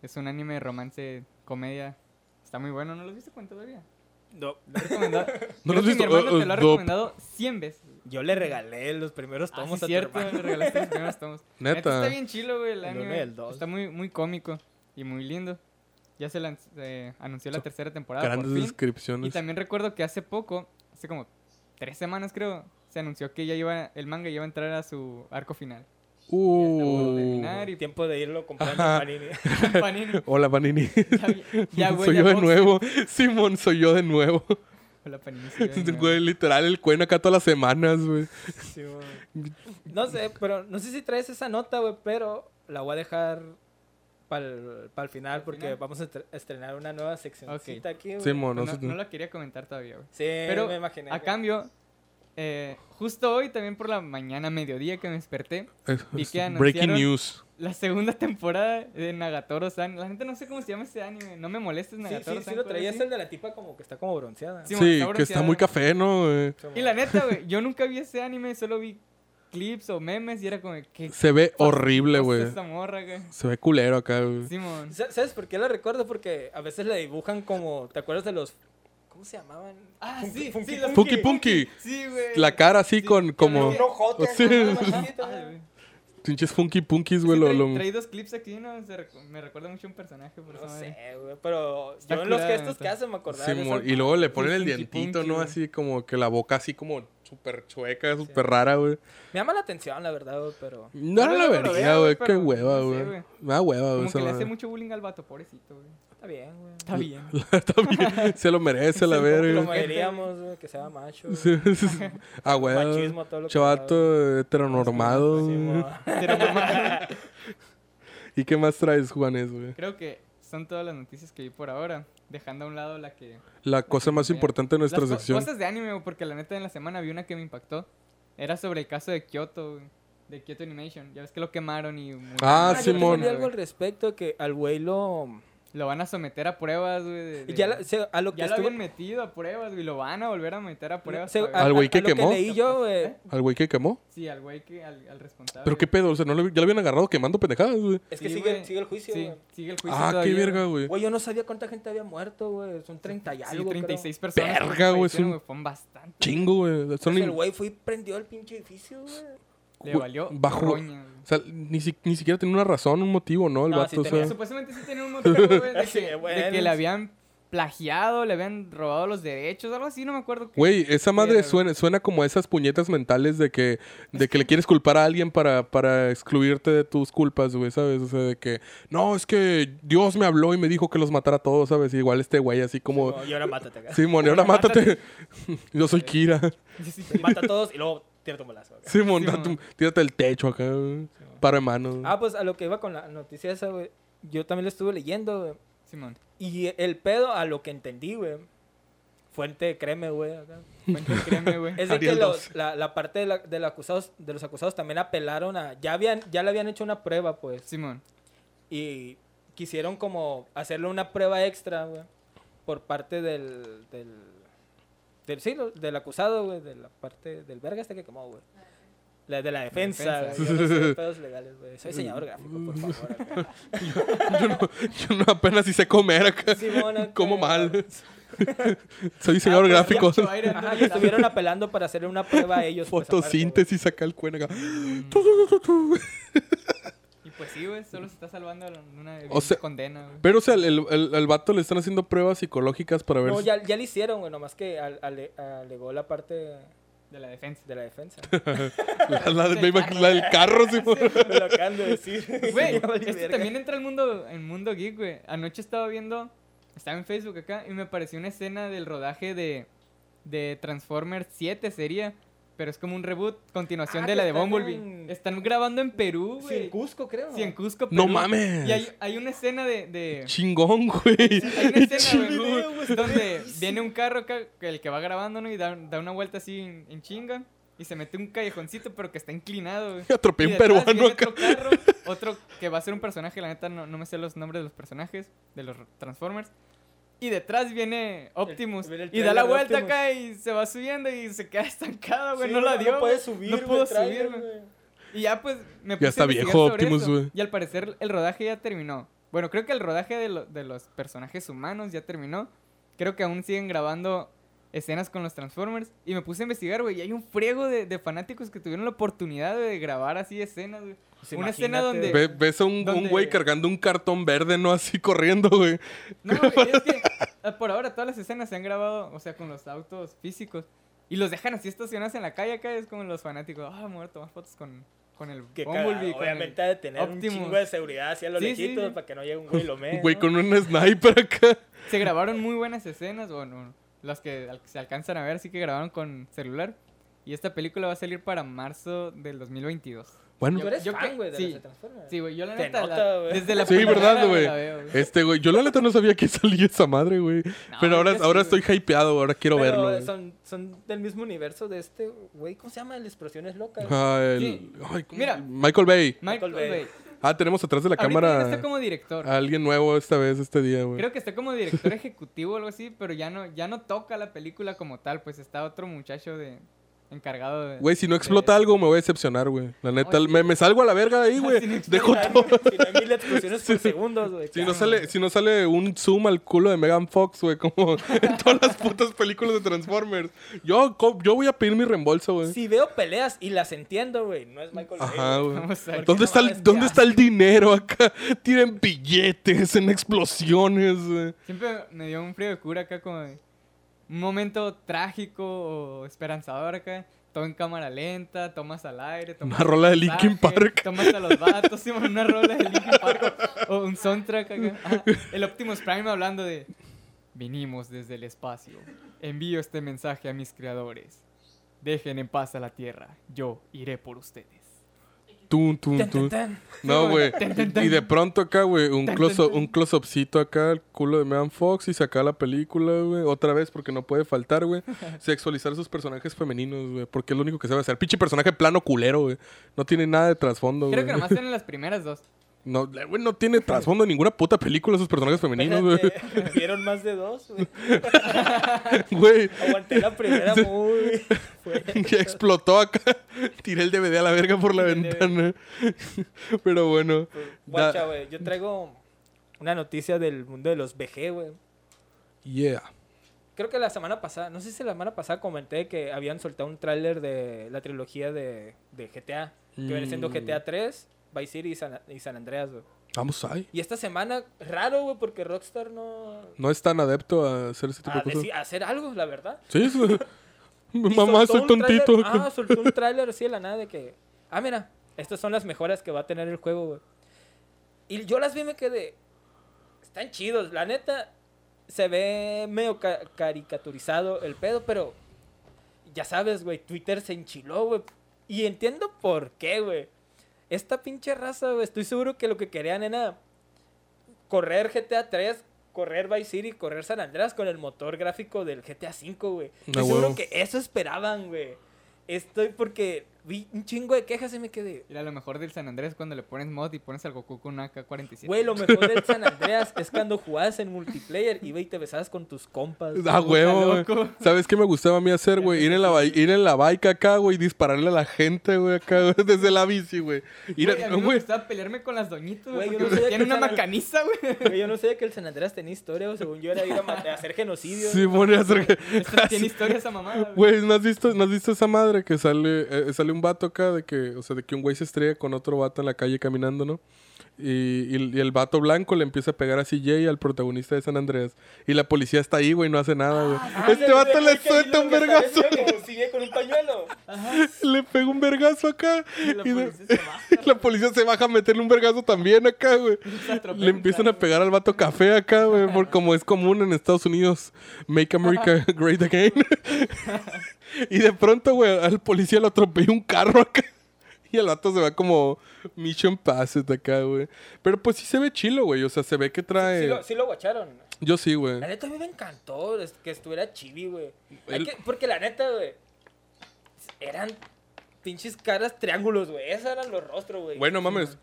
[SPEAKER 2] Es un anime de romance, comedia. Está muy bueno, ¿no lo has visto cuando todavía?
[SPEAKER 1] No,
[SPEAKER 2] Lo he recomendado. Creo
[SPEAKER 3] ¿No lo has
[SPEAKER 2] que
[SPEAKER 3] visto?
[SPEAKER 2] Mi hermano
[SPEAKER 3] Eh,
[SPEAKER 2] te lo ha
[SPEAKER 3] eh,
[SPEAKER 2] recomendado 100 veces.
[SPEAKER 1] yo le regalé los primeros
[SPEAKER 2] Ah, sí,
[SPEAKER 1] tomos a tu
[SPEAKER 2] cierto,
[SPEAKER 1] hermano.
[SPEAKER 2] le regalaste los primeros tomos.
[SPEAKER 3] Neta.
[SPEAKER 2] Está bien chilo, güey, el
[SPEAKER 1] El uno y
[SPEAKER 2] anime.
[SPEAKER 1] el dos.
[SPEAKER 2] Está muy, muy cómico y muy lindo. Ya se, lanz- se anunció la
[SPEAKER 3] Son
[SPEAKER 2] tercera temporada. por
[SPEAKER 3] Grandes
[SPEAKER 2] fin. Y
[SPEAKER 3] descripciones.
[SPEAKER 2] también recuerdo que hace poco, hace como tres semanas creo, se anunció que ya iba, el manga iba a entrar a su arco final. Ya está a punto de
[SPEAKER 3] Uh.
[SPEAKER 2] terminar y
[SPEAKER 1] Tiempo de irlo comprando
[SPEAKER 3] Ajá.
[SPEAKER 1] Panini.
[SPEAKER 2] Panini,
[SPEAKER 3] Hola, Panini.
[SPEAKER 2] ya- ya, güey,
[SPEAKER 3] soy
[SPEAKER 2] ya
[SPEAKER 3] yo de
[SPEAKER 2] vamos.
[SPEAKER 3] nuevo. Simón, soy yo de nuevo.
[SPEAKER 2] Hola, Panini, soy yo de nuevo.
[SPEAKER 3] Güey, literal, Este el cueno acá todas las semanas, güey.
[SPEAKER 1] Sí, güey. no sé, pero no sé si traes esa nota, güey, pero la voy a dejar para el final porque
[SPEAKER 2] final?
[SPEAKER 1] vamos a estre- estrenar una nueva seccioncita aquí, güey.
[SPEAKER 3] Simón, no,
[SPEAKER 2] pues No,
[SPEAKER 3] sé-
[SPEAKER 2] no la quería comentar todavía, güey.
[SPEAKER 1] Sí,
[SPEAKER 2] Pero
[SPEAKER 1] me imaginé.
[SPEAKER 2] a
[SPEAKER 1] güey.
[SPEAKER 2] cambio, eh, justo hoy, también por la mañana, mediodía que me desperté,
[SPEAKER 3] es-
[SPEAKER 2] vi
[SPEAKER 3] es
[SPEAKER 2] que anunciaron-
[SPEAKER 3] Breaking news.
[SPEAKER 2] la segunda temporada de Nagatoro-san. La gente no sé cómo se llama ese anime. No me molestes,
[SPEAKER 1] Sí,
[SPEAKER 2] Nagatoro-san.
[SPEAKER 1] sí, sí, lo
[SPEAKER 2] cosas
[SPEAKER 1] traías
[SPEAKER 2] así.
[SPEAKER 1] el de la tipa como que está como bronceada.
[SPEAKER 2] Sí,
[SPEAKER 3] Sí,
[SPEAKER 2] bueno, está
[SPEAKER 3] que está muy
[SPEAKER 2] bronceada.
[SPEAKER 3] café, ¿no? güey?
[SPEAKER 2] Y la neta, güey, yo nunca vi ese anime, solo vi clips o memes y era como, ¿qué
[SPEAKER 3] Se ve
[SPEAKER 2] Pues,
[SPEAKER 3] horrible,
[SPEAKER 2] cosa
[SPEAKER 3] güey.
[SPEAKER 2] esta morra, güey?
[SPEAKER 3] Se ve culero acá, güey.
[SPEAKER 2] Simón.
[SPEAKER 1] Sa- ¿Sabes por qué la recuerdo? Porque a veces la dibujan como, ¿te acuerdas de los ¿cómo se llamaban?
[SPEAKER 2] Ah,
[SPEAKER 1] Funky-
[SPEAKER 2] sí,
[SPEAKER 1] Funky
[SPEAKER 2] sí, los-
[SPEAKER 3] Punky Punky.
[SPEAKER 2] Sí, güey.
[SPEAKER 3] La cara así
[SPEAKER 2] Sí,
[SPEAKER 3] con
[SPEAKER 2] que
[SPEAKER 3] como.
[SPEAKER 2] le-
[SPEAKER 3] Sí.
[SPEAKER 1] Ah,
[SPEAKER 2] Ay, güey.
[SPEAKER 3] Pinches Funky Punkies,
[SPEAKER 2] Sí,
[SPEAKER 3] güey. lo-
[SPEAKER 2] traí-
[SPEAKER 3] lo-
[SPEAKER 2] traí dos clips aquí, ¿no? Se recu- me recuerda mucho a un personaje, por
[SPEAKER 1] No
[SPEAKER 2] eso. eh.
[SPEAKER 1] sé, güey, pero
[SPEAKER 2] Está
[SPEAKER 1] yo en los
[SPEAKER 2] curada,
[SPEAKER 1] gestos que
[SPEAKER 2] neta.
[SPEAKER 1] hace me acordaba
[SPEAKER 3] Sí,
[SPEAKER 1] de esa
[SPEAKER 3] mo- y luego le ponen el
[SPEAKER 2] Punky
[SPEAKER 3] dientito,
[SPEAKER 2] Punky,
[SPEAKER 3] ¿no?
[SPEAKER 2] güey.
[SPEAKER 3] Así como que la boca así como súper chueca, súper rara, güey.
[SPEAKER 1] Me llama la atención, la verdad, güey, pero...
[SPEAKER 3] No,
[SPEAKER 2] Yo
[SPEAKER 3] no la
[SPEAKER 2] luego lo
[SPEAKER 3] vería,
[SPEAKER 2] veo,
[SPEAKER 3] güey.
[SPEAKER 2] güey,
[SPEAKER 3] Qué
[SPEAKER 2] pero
[SPEAKER 3] hueva,
[SPEAKER 2] no sé,
[SPEAKER 3] güey.
[SPEAKER 2] güey.
[SPEAKER 3] Me da hueva, güey.
[SPEAKER 2] Como
[SPEAKER 3] Ah, esa
[SPEAKER 2] que le hace
[SPEAKER 3] madre.
[SPEAKER 2] mucho bullying al vato, pobrecito, güey.
[SPEAKER 1] Está bien, güey.
[SPEAKER 2] Está bien.
[SPEAKER 3] Está bien, Se lo merece la verga.
[SPEAKER 1] Como diríamos, güey, que sea macho. güey.
[SPEAKER 3] Sí, sí, sí. Ah, güey.
[SPEAKER 1] Machismo, todo lo que
[SPEAKER 3] Chavato Ah, heteronormado.
[SPEAKER 1] Sí, mo.
[SPEAKER 2] Pero nomás-
[SPEAKER 3] ¿Y qué más traes, Juanes, güey?
[SPEAKER 2] Creo que son todas las noticias que vi por ahora. Dejando a un lado la que.
[SPEAKER 3] La cosa más
[SPEAKER 2] Mira,
[SPEAKER 3] importante de nuestra
[SPEAKER 2] las co-
[SPEAKER 3] sección.
[SPEAKER 2] cosas de anime, güey, porque la neta en la semana vi una que me impactó. Era sobre el caso de Kyoto, güey, de Kyoto Animation. Ya ves que lo quemaron y. murieron
[SPEAKER 3] Ah,
[SPEAKER 1] Ah,
[SPEAKER 2] varias
[SPEAKER 1] yo te
[SPEAKER 3] Simón.
[SPEAKER 1] leí
[SPEAKER 2] personas,
[SPEAKER 1] algo al
[SPEAKER 2] güey.
[SPEAKER 1] respecto que al güey lo...
[SPEAKER 2] Lo van a someter a pruebas, güey. de- de-
[SPEAKER 1] Ya la- se- a lo que
[SPEAKER 2] ya lo
[SPEAKER 1] estuvo...
[SPEAKER 2] habían metido a pruebas, güey. Lo van a volver a meter a pruebas.
[SPEAKER 1] se-
[SPEAKER 2] para
[SPEAKER 1] a-
[SPEAKER 2] ver.
[SPEAKER 3] Al güey
[SPEAKER 1] a-
[SPEAKER 3] que
[SPEAKER 1] a lo
[SPEAKER 3] quemó.
[SPEAKER 1] leí yo, güey,
[SPEAKER 2] ¿Eh?
[SPEAKER 3] ¿Al güey que quemó?
[SPEAKER 2] Sí, al güey que. Al, al responsable.
[SPEAKER 3] ¿Pero qué pedo? O sea, ¿no lo- ¿ya lo habían agarrado quemando pendejadas, güey?
[SPEAKER 1] Es que
[SPEAKER 2] Sí,
[SPEAKER 1] sigue,
[SPEAKER 2] güey.
[SPEAKER 1] sigue el juicio,
[SPEAKER 2] Sí,
[SPEAKER 1] güey.
[SPEAKER 2] sigue el juicio.
[SPEAKER 3] Ah, qué
[SPEAKER 2] todavía,
[SPEAKER 3] verga, güey.
[SPEAKER 1] Güey, yo no sabía cuánta gente había muerto, güey. Son 30 y
[SPEAKER 2] Sí,
[SPEAKER 1] algo,
[SPEAKER 2] 36 personas. que
[SPEAKER 3] Verga, güey, es
[SPEAKER 2] fallecieron,
[SPEAKER 3] un-
[SPEAKER 2] güey, Fueron bastante.
[SPEAKER 3] Chingo, güey. Son
[SPEAKER 1] creo.
[SPEAKER 3] ni-
[SPEAKER 1] Entonces, el güey fue y prendió el pinche edificio, güey.
[SPEAKER 2] Le
[SPEAKER 3] güey,
[SPEAKER 2] valió.
[SPEAKER 3] bajo-
[SPEAKER 2] roña, güey.
[SPEAKER 3] O sea, ni, si- ni siquiera tenía una razón, un motivo, ¿no? El
[SPEAKER 1] No,
[SPEAKER 3] vato,
[SPEAKER 1] sí
[SPEAKER 3] o
[SPEAKER 1] tenía
[SPEAKER 3] sea.
[SPEAKER 1] su-
[SPEAKER 2] Supuestamente sí tenía un motivo, güey, de,
[SPEAKER 1] Sí,
[SPEAKER 2] que- de
[SPEAKER 1] bueno.
[SPEAKER 2] que le habían plagiado, le habían robado los derechos, algo así, no me acuerdo. qué.
[SPEAKER 3] Güey, esa madre
[SPEAKER 2] Pero-
[SPEAKER 3] suena, suena como a esas puñetas mentales de que, de que le quieres culpar a alguien para, para excluirte de tus culpas, güey, ¿sabes? O sea, de que, no, es que Dios me habló y me dijo que los matara a todos, ¿sabes? Y igual este güey así como,
[SPEAKER 1] No, y ahora mátate acá.
[SPEAKER 3] Simón, y ahora mátate. Yo soy Kira.
[SPEAKER 1] Mata a todos y luego tírate un balazo. acá.
[SPEAKER 3] Simón,
[SPEAKER 2] Simón.
[SPEAKER 3] date un- tírate el techo acá, güey. para mano.
[SPEAKER 1] Ah, pues a lo que iba con la noticia esa, güey. Yo también lo estuve leyendo, güey.
[SPEAKER 2] Simón.
[SPEAKER 1] Y el pedo, a lo que entendí, güey. Fuente, créeme, güey. acá.
[SPEAKER 2] Fuente, créeme, güey.
[SPEAKER 1] Es de que
[SPEAKER 3] Ariel
[SPEAKER 1] los- la, la parte de, la- de los acusados, de los acusados también apelaron a... Ya, habían, ya le habían hecho una prueba, pues.
[SPEAKER 2] Simón.
[SPEAKER 1] Y quisieron como hacerle una prueba extra, güey. Por parte del... del, del sí, lo- del acusado, güey. De la parte del verga este que quemó, güey. La de la defensa,
[SPEAKER 2] defensa.
[SPEAKER 1] güey. Yo no sé de pedos legales, güey. Soy diseñador gráfico, por favor. acá.
[SPEAKER 3] Yo, no, yo no apenas hice comer acá.
[SPEAKER 1] Simón, acá.
[SPEAKER 3] Como mal. soy diseñador gráfico.
[SPEAKER 1] Ajá, y estuvieron apelando para hacerle una prueba a ellos. pues, aparte,
[SPEAKER 3] Fotosíntesis acá el cuerno acá.
[SPEAKER 2] Y pues sí, güey, solo se está salvando de una de
[SPEAKER 3] O sea-
[SPEAKER 2] condena, güey.
[SPEAKER 3] Pero, o sea, el, el- el vato le están haciendo pruebas psicológicas para ver
[SPEAKER 1] No,
[SPEAKER 3] si-
[SPEAKER 1] ya, ya le hicieron, güey, nomás que al- ale- alegó la parte
[SPEAKER 2] De la defensa.
[SPEAKER 1] de la defensa.
[SPEAKER 3] la, la de- me imagino- la del carro. sí, por-
[SPEAKER 1] Me lo acaban de decir.
[SPEAKER 2] Güey,
[SPEAKER 1] Ya valí
[SPEAKER 2] esto
[SPEAKER 1] verga.
[SPEAKER 2] también entra al mundo, el mundo geek, güey. Anoche estaba viendo, estaba en Facebook acá y me apareció una escena del rodaje de, de Transformers 7 sería, pero es como un reboot, continuación
[SPEAKER 1] Ah,
[SPEAKER 2] de
[SPEAKER 1] que
[SPEAKER 2] la de
[SPEAKER 1] están
[SPEAKER 2] Bumblebee.
[SPEAKER 1] en-
[SPEAKER 2] Están grabando en Perú,
[SPEAKER 1] Sí, en
[SPEAKER 2] güey.
[SPEAKER 1] Cusco, creo.
[SPEAKER 2] Sí, en Cusco,
[SPEAKER 3] ¡No
[SPEAKER 2] Perú.
[SPEAKER 3] mames!
[SPEAKER 2] Y hay, hay una escena de... de-
[SPEAKER 3] Chingón, güey.
[SPEAKER 2] hay una escena,
[SPEAKER 1] un
[SPEAKER 2] güey,
[SPEAKER 1] video, güey, está
[SPEAKER 2] donde
[SPEAKER 1] verguísima.
[SPEAKER 2] viene un carro acá, que el que va grabando, ¿no? Y da, da una vuelta así en, en chinga. Y se mete un callejoncito, pero que está inclinado, güey. Y
[SPEAKER 3] Atropellé un
[SPEAKER 2] detrás
[SPEAKER 3] peruano
[SPEAKER 2] viene
[SPEAKER 3] acá.
[SPEAKER 2] Otro, carro, otro que va a ser un personaje, la neta no, no me sé los nombres de los personajes, de los Transformers. Y detrás viene Optimus.
[SPEAKER 1] viene el
[SPEAKER 2] y da
[SPEAKER 1] trailer
[SPEAKER 2] la
[SPEAKER 1] de
[SPEAKER 2] vuelta
[SPEAKER 1] Optimus.
[SPEAKER 2] acá y se va subiendo y se queda estancado, güey.
[SPEAKER 1] Sí,
[SPEAKER 2] no la dio.
[SPEAKER 1] No puede
[SPEAKER 2] güey.
[SPEAKER 1] subir.
[SPEAKER 2] No
[SPEAKER 1] güey,
[SPEAKER 2] pudo
[SPEAKER 1] trailer,
[SPEAKER 2] subir, güey.
[SPEAKER 1] güey.
[SPEAKER 2] Y ya pues me puse a
[SPEAKER 3] está
[SPEAKER 2] investigar
[SPEAKER 3] viejo
[SPEAKER 2] sobre
[SPEAKER 3] Optimus,
[SPEAKER 2] eso.
[SPEAKER 3] güey.
[SPEAKER 2] Y al parecer el rodaje ya terminó. Bueno, creo que el rodaje de, lo- de los personajes humanos ya terminó. Creo que aún siguen grabando escenas con los Transformers. Y me puse a investigar, güey. Y hay un friego de, de fanáticos que tuvieron la oportunidad güey, de grabar así escenas, güey.
[SPEAKER 1] Pues
[SPEAKER 2] Una escena
[SPEAKER 1] imagínate.
[SPEAKER 2] donde...
[SPEAKER 3] Ve- ves a un, un
[SPEAKER 2] ¿Dónde?
[SPEAKER 3] güey cargando un cartón verde, ¿no? Así corriendo, güey.
[SPEAKER 2] No, güey, es que ah, por ahora todas las escenas se han grabado, o sea, con los autos físicos. Y los dejan así estacionados en la calle acá. Es como los fanáticos. Ah, me voy a tomar fotos con, con el
[SPEAKER 1] Que cada-
[SPEAKER 2] Bumblebee. con el-
[SPEAKER 1] obviamente ha de tener
[SPEAKER 2] Optimus.
[SPEAKER 1] un chingo de seguridad hacia los
[SPEAKER 2] Sí, sí,
[SPEAKER 1] lejitos
[SPEAKER 2] sí.
[SPEAKER 1] para que no llegue un güey y lo
[SPEAKER 3] Un
[SPEAKER 2] Eh,
[SPEAKER 1] mea.
[SPEAKER 3] güey
[SPEAKER 1] ¿no?
[SPEAKER 3] con un sniper acá.
[SPEAKER 2] Se grabaron muy buenas escenas, bueno, las que al- se alcanzan a ver sí que grabaron con celular. Y esta película va a salir para marzo del 2022.
[SPEAKER 3] Bueno,
[SPEAKER 1] Tú eres
[SPEAKER 2] Yo
[SPEAKER 1] fan,
[SPEAKER 2] que-
[SPEAKER 1] güey, de
[SPEAKER 2] sí.
[SPEAKER 1] los de Transformers.
[SPEAKER 2] Sí, güey, yo la
[SPEAKER 1] Te
[SPEAKER 2] neta, la-
[SPEAKER 1] nota, güey.
[SPEAKER 2] desde la
[SPEAKER 3] Sí,
[SPEAKER 2] primera
[SPEAKER 3] ¿verdad,
[SPEAKER 2] me
[SPEAKER 3] güey?
[SPEAKER 2] la veo, güey.
[SPEAKER 3] este güey, yo la neta no sabía que salía esa madre, güey.
[SPEAKER 2] No,
[SPEAKER 3] Pero ahora,
[SPEAKER 2] ahorita sí,
[SPEAKER 3] ahora
[SPEAKER 2] güey.
[SPEAKER 3] estoy hypeado, ahora quiero
[SPEAKER 1] Pero
[SPEAKER 3] verlo. güey.
[SPEAKER 1] Son, son del mismo universo de este güey. ¿Cómo se llama? El Explosiones Locas.
[SPEAKER 3] Ah, el-
[SPEAKER 2] Sí.
[SPEAKER 3] ay, ¿cómo-
[SPEAKER 2] Mira.
[SPEAKER 3] Michael Bay.
[SPEAKER 1] Michael
[SPEAKER 2] Michael
[SPEAKER 1] Bay.
[SPEAKER 2] Bay.
[SPEAKER 3] Ah, tenemos atrás de la
[SPEAKER 2] Ahorita ya
[SPEAKER 3] cámara
[SPEAKER 2] está como director.
[SPEAKER 3] a alguien nuevo esta vez, este día, güey.
[SPEAKER 2] Creo que está como director ejecutivo o algo así, pero ya no ya no toca la película como tal, pues está otro muchacho de encargado de
[SPEAKER 3] Güey, si no
[SPEAKER 2] de-
[SPEAKER 3] explota algo, me voy a decepcionar, güey. La neta,
[SPEAKER 2] Oye.
[SPEAKER 3] me, me salgo a la verga de ahí, güey. Dejo
[SPEAKER 1] Si no hay-
[SPEAKER 3] todo.
[SPEAKER 1] Si no hay mil explosiones por segundos, güey.
[SPEAKER 3] Si no,
[SPEAKER 1] claro.
[SPEAKER 3] sale, si no sale un zoom al culo de Megan Fox, güey, como en todas las putas películas de Transformers. Yo, co- yo voy a pedir mi reembolso, güey.
[SPEAKER 1] Si veo peleas y las entiendo, güey, no es Michael Bay.
[SPEAKER 3] Ajá, güey.
[SPEAKER 2] Vamos a ver.
[SPEAKER 3] ¿Dónde,
[SPEAKER 1] no
[SPEAKER 3] está
[SPEAKER 1] mames,
[SPEAKER 3] el,
[SPEAKER 1] ya.
[SPEAKER 3] ¿Dónde está el dinero acá? Tienen billetes en explosiones, güey.
[SPEAKER 2] Siempre me dio un frío de cura acá como de un momento trágico o esperanzador acá. Todo en cámara lenta, tomas al aire, tomas
[SPEAKER 3] Una rola de
[SPEAKER 2] el
[SPEAKER 3] Linkin
[SPEAKER 2] mensaje,
[SPEAKER 3] Park.
[SPEAKER 2] Tomas a los vatos, sí, una rola de Linkin Park o un soundtrack acá. Ajá. el Optimus Prime hablando de vinimos desde el espacio. Envío este mensaje a mis creadores. Dejen en paz a la Tierra. Yo iré por ustedes.
[SPEAKER 3] Tum, tum,
[SPEAKER 1] Tan, tan,
[SPEAKER 3] tum.
[SPEAKER 1] tan.
[SPEAKER 3] No, güey.
[SPEAKER 2] Tan, tan, tan.
[SPEAKER 3] Y de pronto acá, güey, un
[SPEAKER 2] Tan,
[SPEAKER 3] close
[SPEAKER 2] tan, tan.
[SPEAKER 3] un close-upcito acá al culo de Megan Fox y se acaba la película, güey. Otra vez, porque no puede faltar, güey. Sexualizar sus personajes femeninos, güey. Porque es lo único que sabe hacer. Pinche personaje plano culero, güey. No tiene nada de trasfondo, Oh, güey.
[SPEAKER 2] Creo que nomás eran las primeras dos.
[SPEAKER 3] No, la- güey, no tiene trasfondo en ninguna puta película sus personajes femeninos, güey.
[SPEAKER 1] Espérate, Vieron más de dos, güey.
[SPEAKER 3] Güey.
[SPEAKER 1] Aguanté la primera muy fuerte.
[SPEAKER 3] Ya explotó acá. Tiré el DVD a la verga por la
[SPEAKER 2] El DVD.
[SPEAKER 3] ventana. Pero bueno. da-
[SPEAKER 1] Guacha, güey. Yo traigo una noticia del mundo de los BG, güey.
[SPEAKER 3] Yeah.
[SPEAKER 1] Creo que la semana pasada, no sé si la semana pasada comenté que habían soltado un tráiler de la trilogía de, de GTA. Que viene siendo
[SPEAKER 3] Mm.
[SPEAKER 1] GTA 3, Vice City y San, y San Andreas, güey.
[SPEAKER 3] Vamos ahí.
[SPEAKER 1] Y esta semana, raro, güey, porque Rockstar no...
[SPEAKER 3] No es tan adepto a hacer ese tipo
[SPEAKER 2] Ah,
[SPEAKER 1] A,
[SPEAKER 3] de cosas.
[SPEAKER 1] deci- a hacer algo, la verdad.
[SPEAKER 3] Sí, es-
[SPEAKER 1] Y
[SPEAKER 3] Mamá,
[SPEAKER 1] soltó
[SPEAKER 3] soy
[SPEAKER 1] un tráiler-
[SPEAKER 3] tontito.
[SPEAKER 1] ah, soltó un tráiler así de la nada de que... Ah, mira, estas son las mejoras que va a tener el juego, güey. Y yo las vi y me quedé... Están chidos, la neta. Se ve medio ca- caricaturizado el pedo, pero... Ya sabes, güey, Twitter se enchiló, güey. Y entiendo por qué, güey. Esta pinche raza, güey, estoy seguro que lo que querían era correr GTA 3, correr Vice City, correr San Andreas con el motor gráfico del GTA 5, güey. Estoy
[SPEAKER 3] Ah,
[SPEAKER 1] seguro
[SPEAKER 3] huevo.
[SPEAKER 1] que eso esperaban, güey. Estoy porque vi un chingo de quejas y me quedé.
[SPEAKER 2] Y a lo mejor del San Andrés cuando le pones mod y pones al Goku con una AK-47.
[SPEAKER 1] Güey, lo mejor del San Andreas es cuando jugabas en multiplayer y, güey, te besabas con tus compas.
[SPEAKER 3] Ah, huevo,
[SPEAKER 2] Está
[SPEAKER 3] güey.
[SPEAKER 2] loco.
[SPEAKER 3] ¿Sabes qué me gustaba a mí hacer, güey? Ir en la, ba- ir en la bike acá, güey, y dispararle a la gente, güey, acá, güey, desde la bici, güey. Ir a-
[SPEAKER 2] Güey, a mí me
[SPEAKER 3] güey,
[SPEAKER 2] gustaba pelearme con las doñitas,
[SPEAKER 1] Güey, yo
[SPEAKER 2] güey. porque
[SPEAKER 1] no sabía
[SPEAKER 2] Tiene
[SPEAKER 1] que
[SPEAKER 2] una
[SPEAKER 1] San Andrés-
[SPEAKER 2] macaniza, güey.
[SPEAKER 1] Güey, yo no sé que el San Andreas tenía historia, o según yo era ir a, mat- a hacer genocidio.
[SPEAKER 3] sí, pone a hacer que-
[SPEAKER 2] Tiene historia esa mamada, güey.
[SPEAKER 3] Güey, ¿no has visto, no has visto esa madre que sale, eh, sale un vato acá de que, o sea, de que un güey se estrella con otro vato en la calle caminando, ¿no? Y, y- y el vato blanco le empieza a pegar a CJ al protagonista de San Andrés. Y la policía está ahí, güey, no hace nada, güey.
[SPEAKER 2] Ah,
[SPEAKER 3] este vato le suelta un vergazo,
[SPEAKER 1] Sigue con un pañuelo.
[SPEAKER 3] le pega un vergazo acá.
[SPEAKER 2] Y la
[SPEAKER 3] y de-
[SPEAKER 2] policía se baja,
[SPEAKER 3] la policía se baja a meterle un vergazo también acá, güey.
[SPEAKER 2] se atropella
[SPEAKER 3] Le
[SPEAKER 2] un
[SPEAKER 3] empiezan
[SPEAKER 2] carro.
[SPEAKER 3] a pegar al vato café acá, güey, por como es común en Estados Unidos, Make America Great Again. y de pronto, güey, al policía lo atropelló un carro acá. Y el vato se va como Mission Passet acá, güey. Pero pues sí se ve chilo, güey. O sea, se ve que trae...
[SPEAKER 1] Sí lo, sí lo guacharon.
[SPEAKER 3] Yo sí, güey.
[SPEAKER 1] La neta a mí me encantó es- que estuviera chibi, güey. Hay
[SPEAKER 3] El-
[SPEAKER 1] que- Porque la neta, güey, eran pinches caras triángulos, güey. Esos eran los rostros, güey.
[SPEAKER 3] Bueno, mames.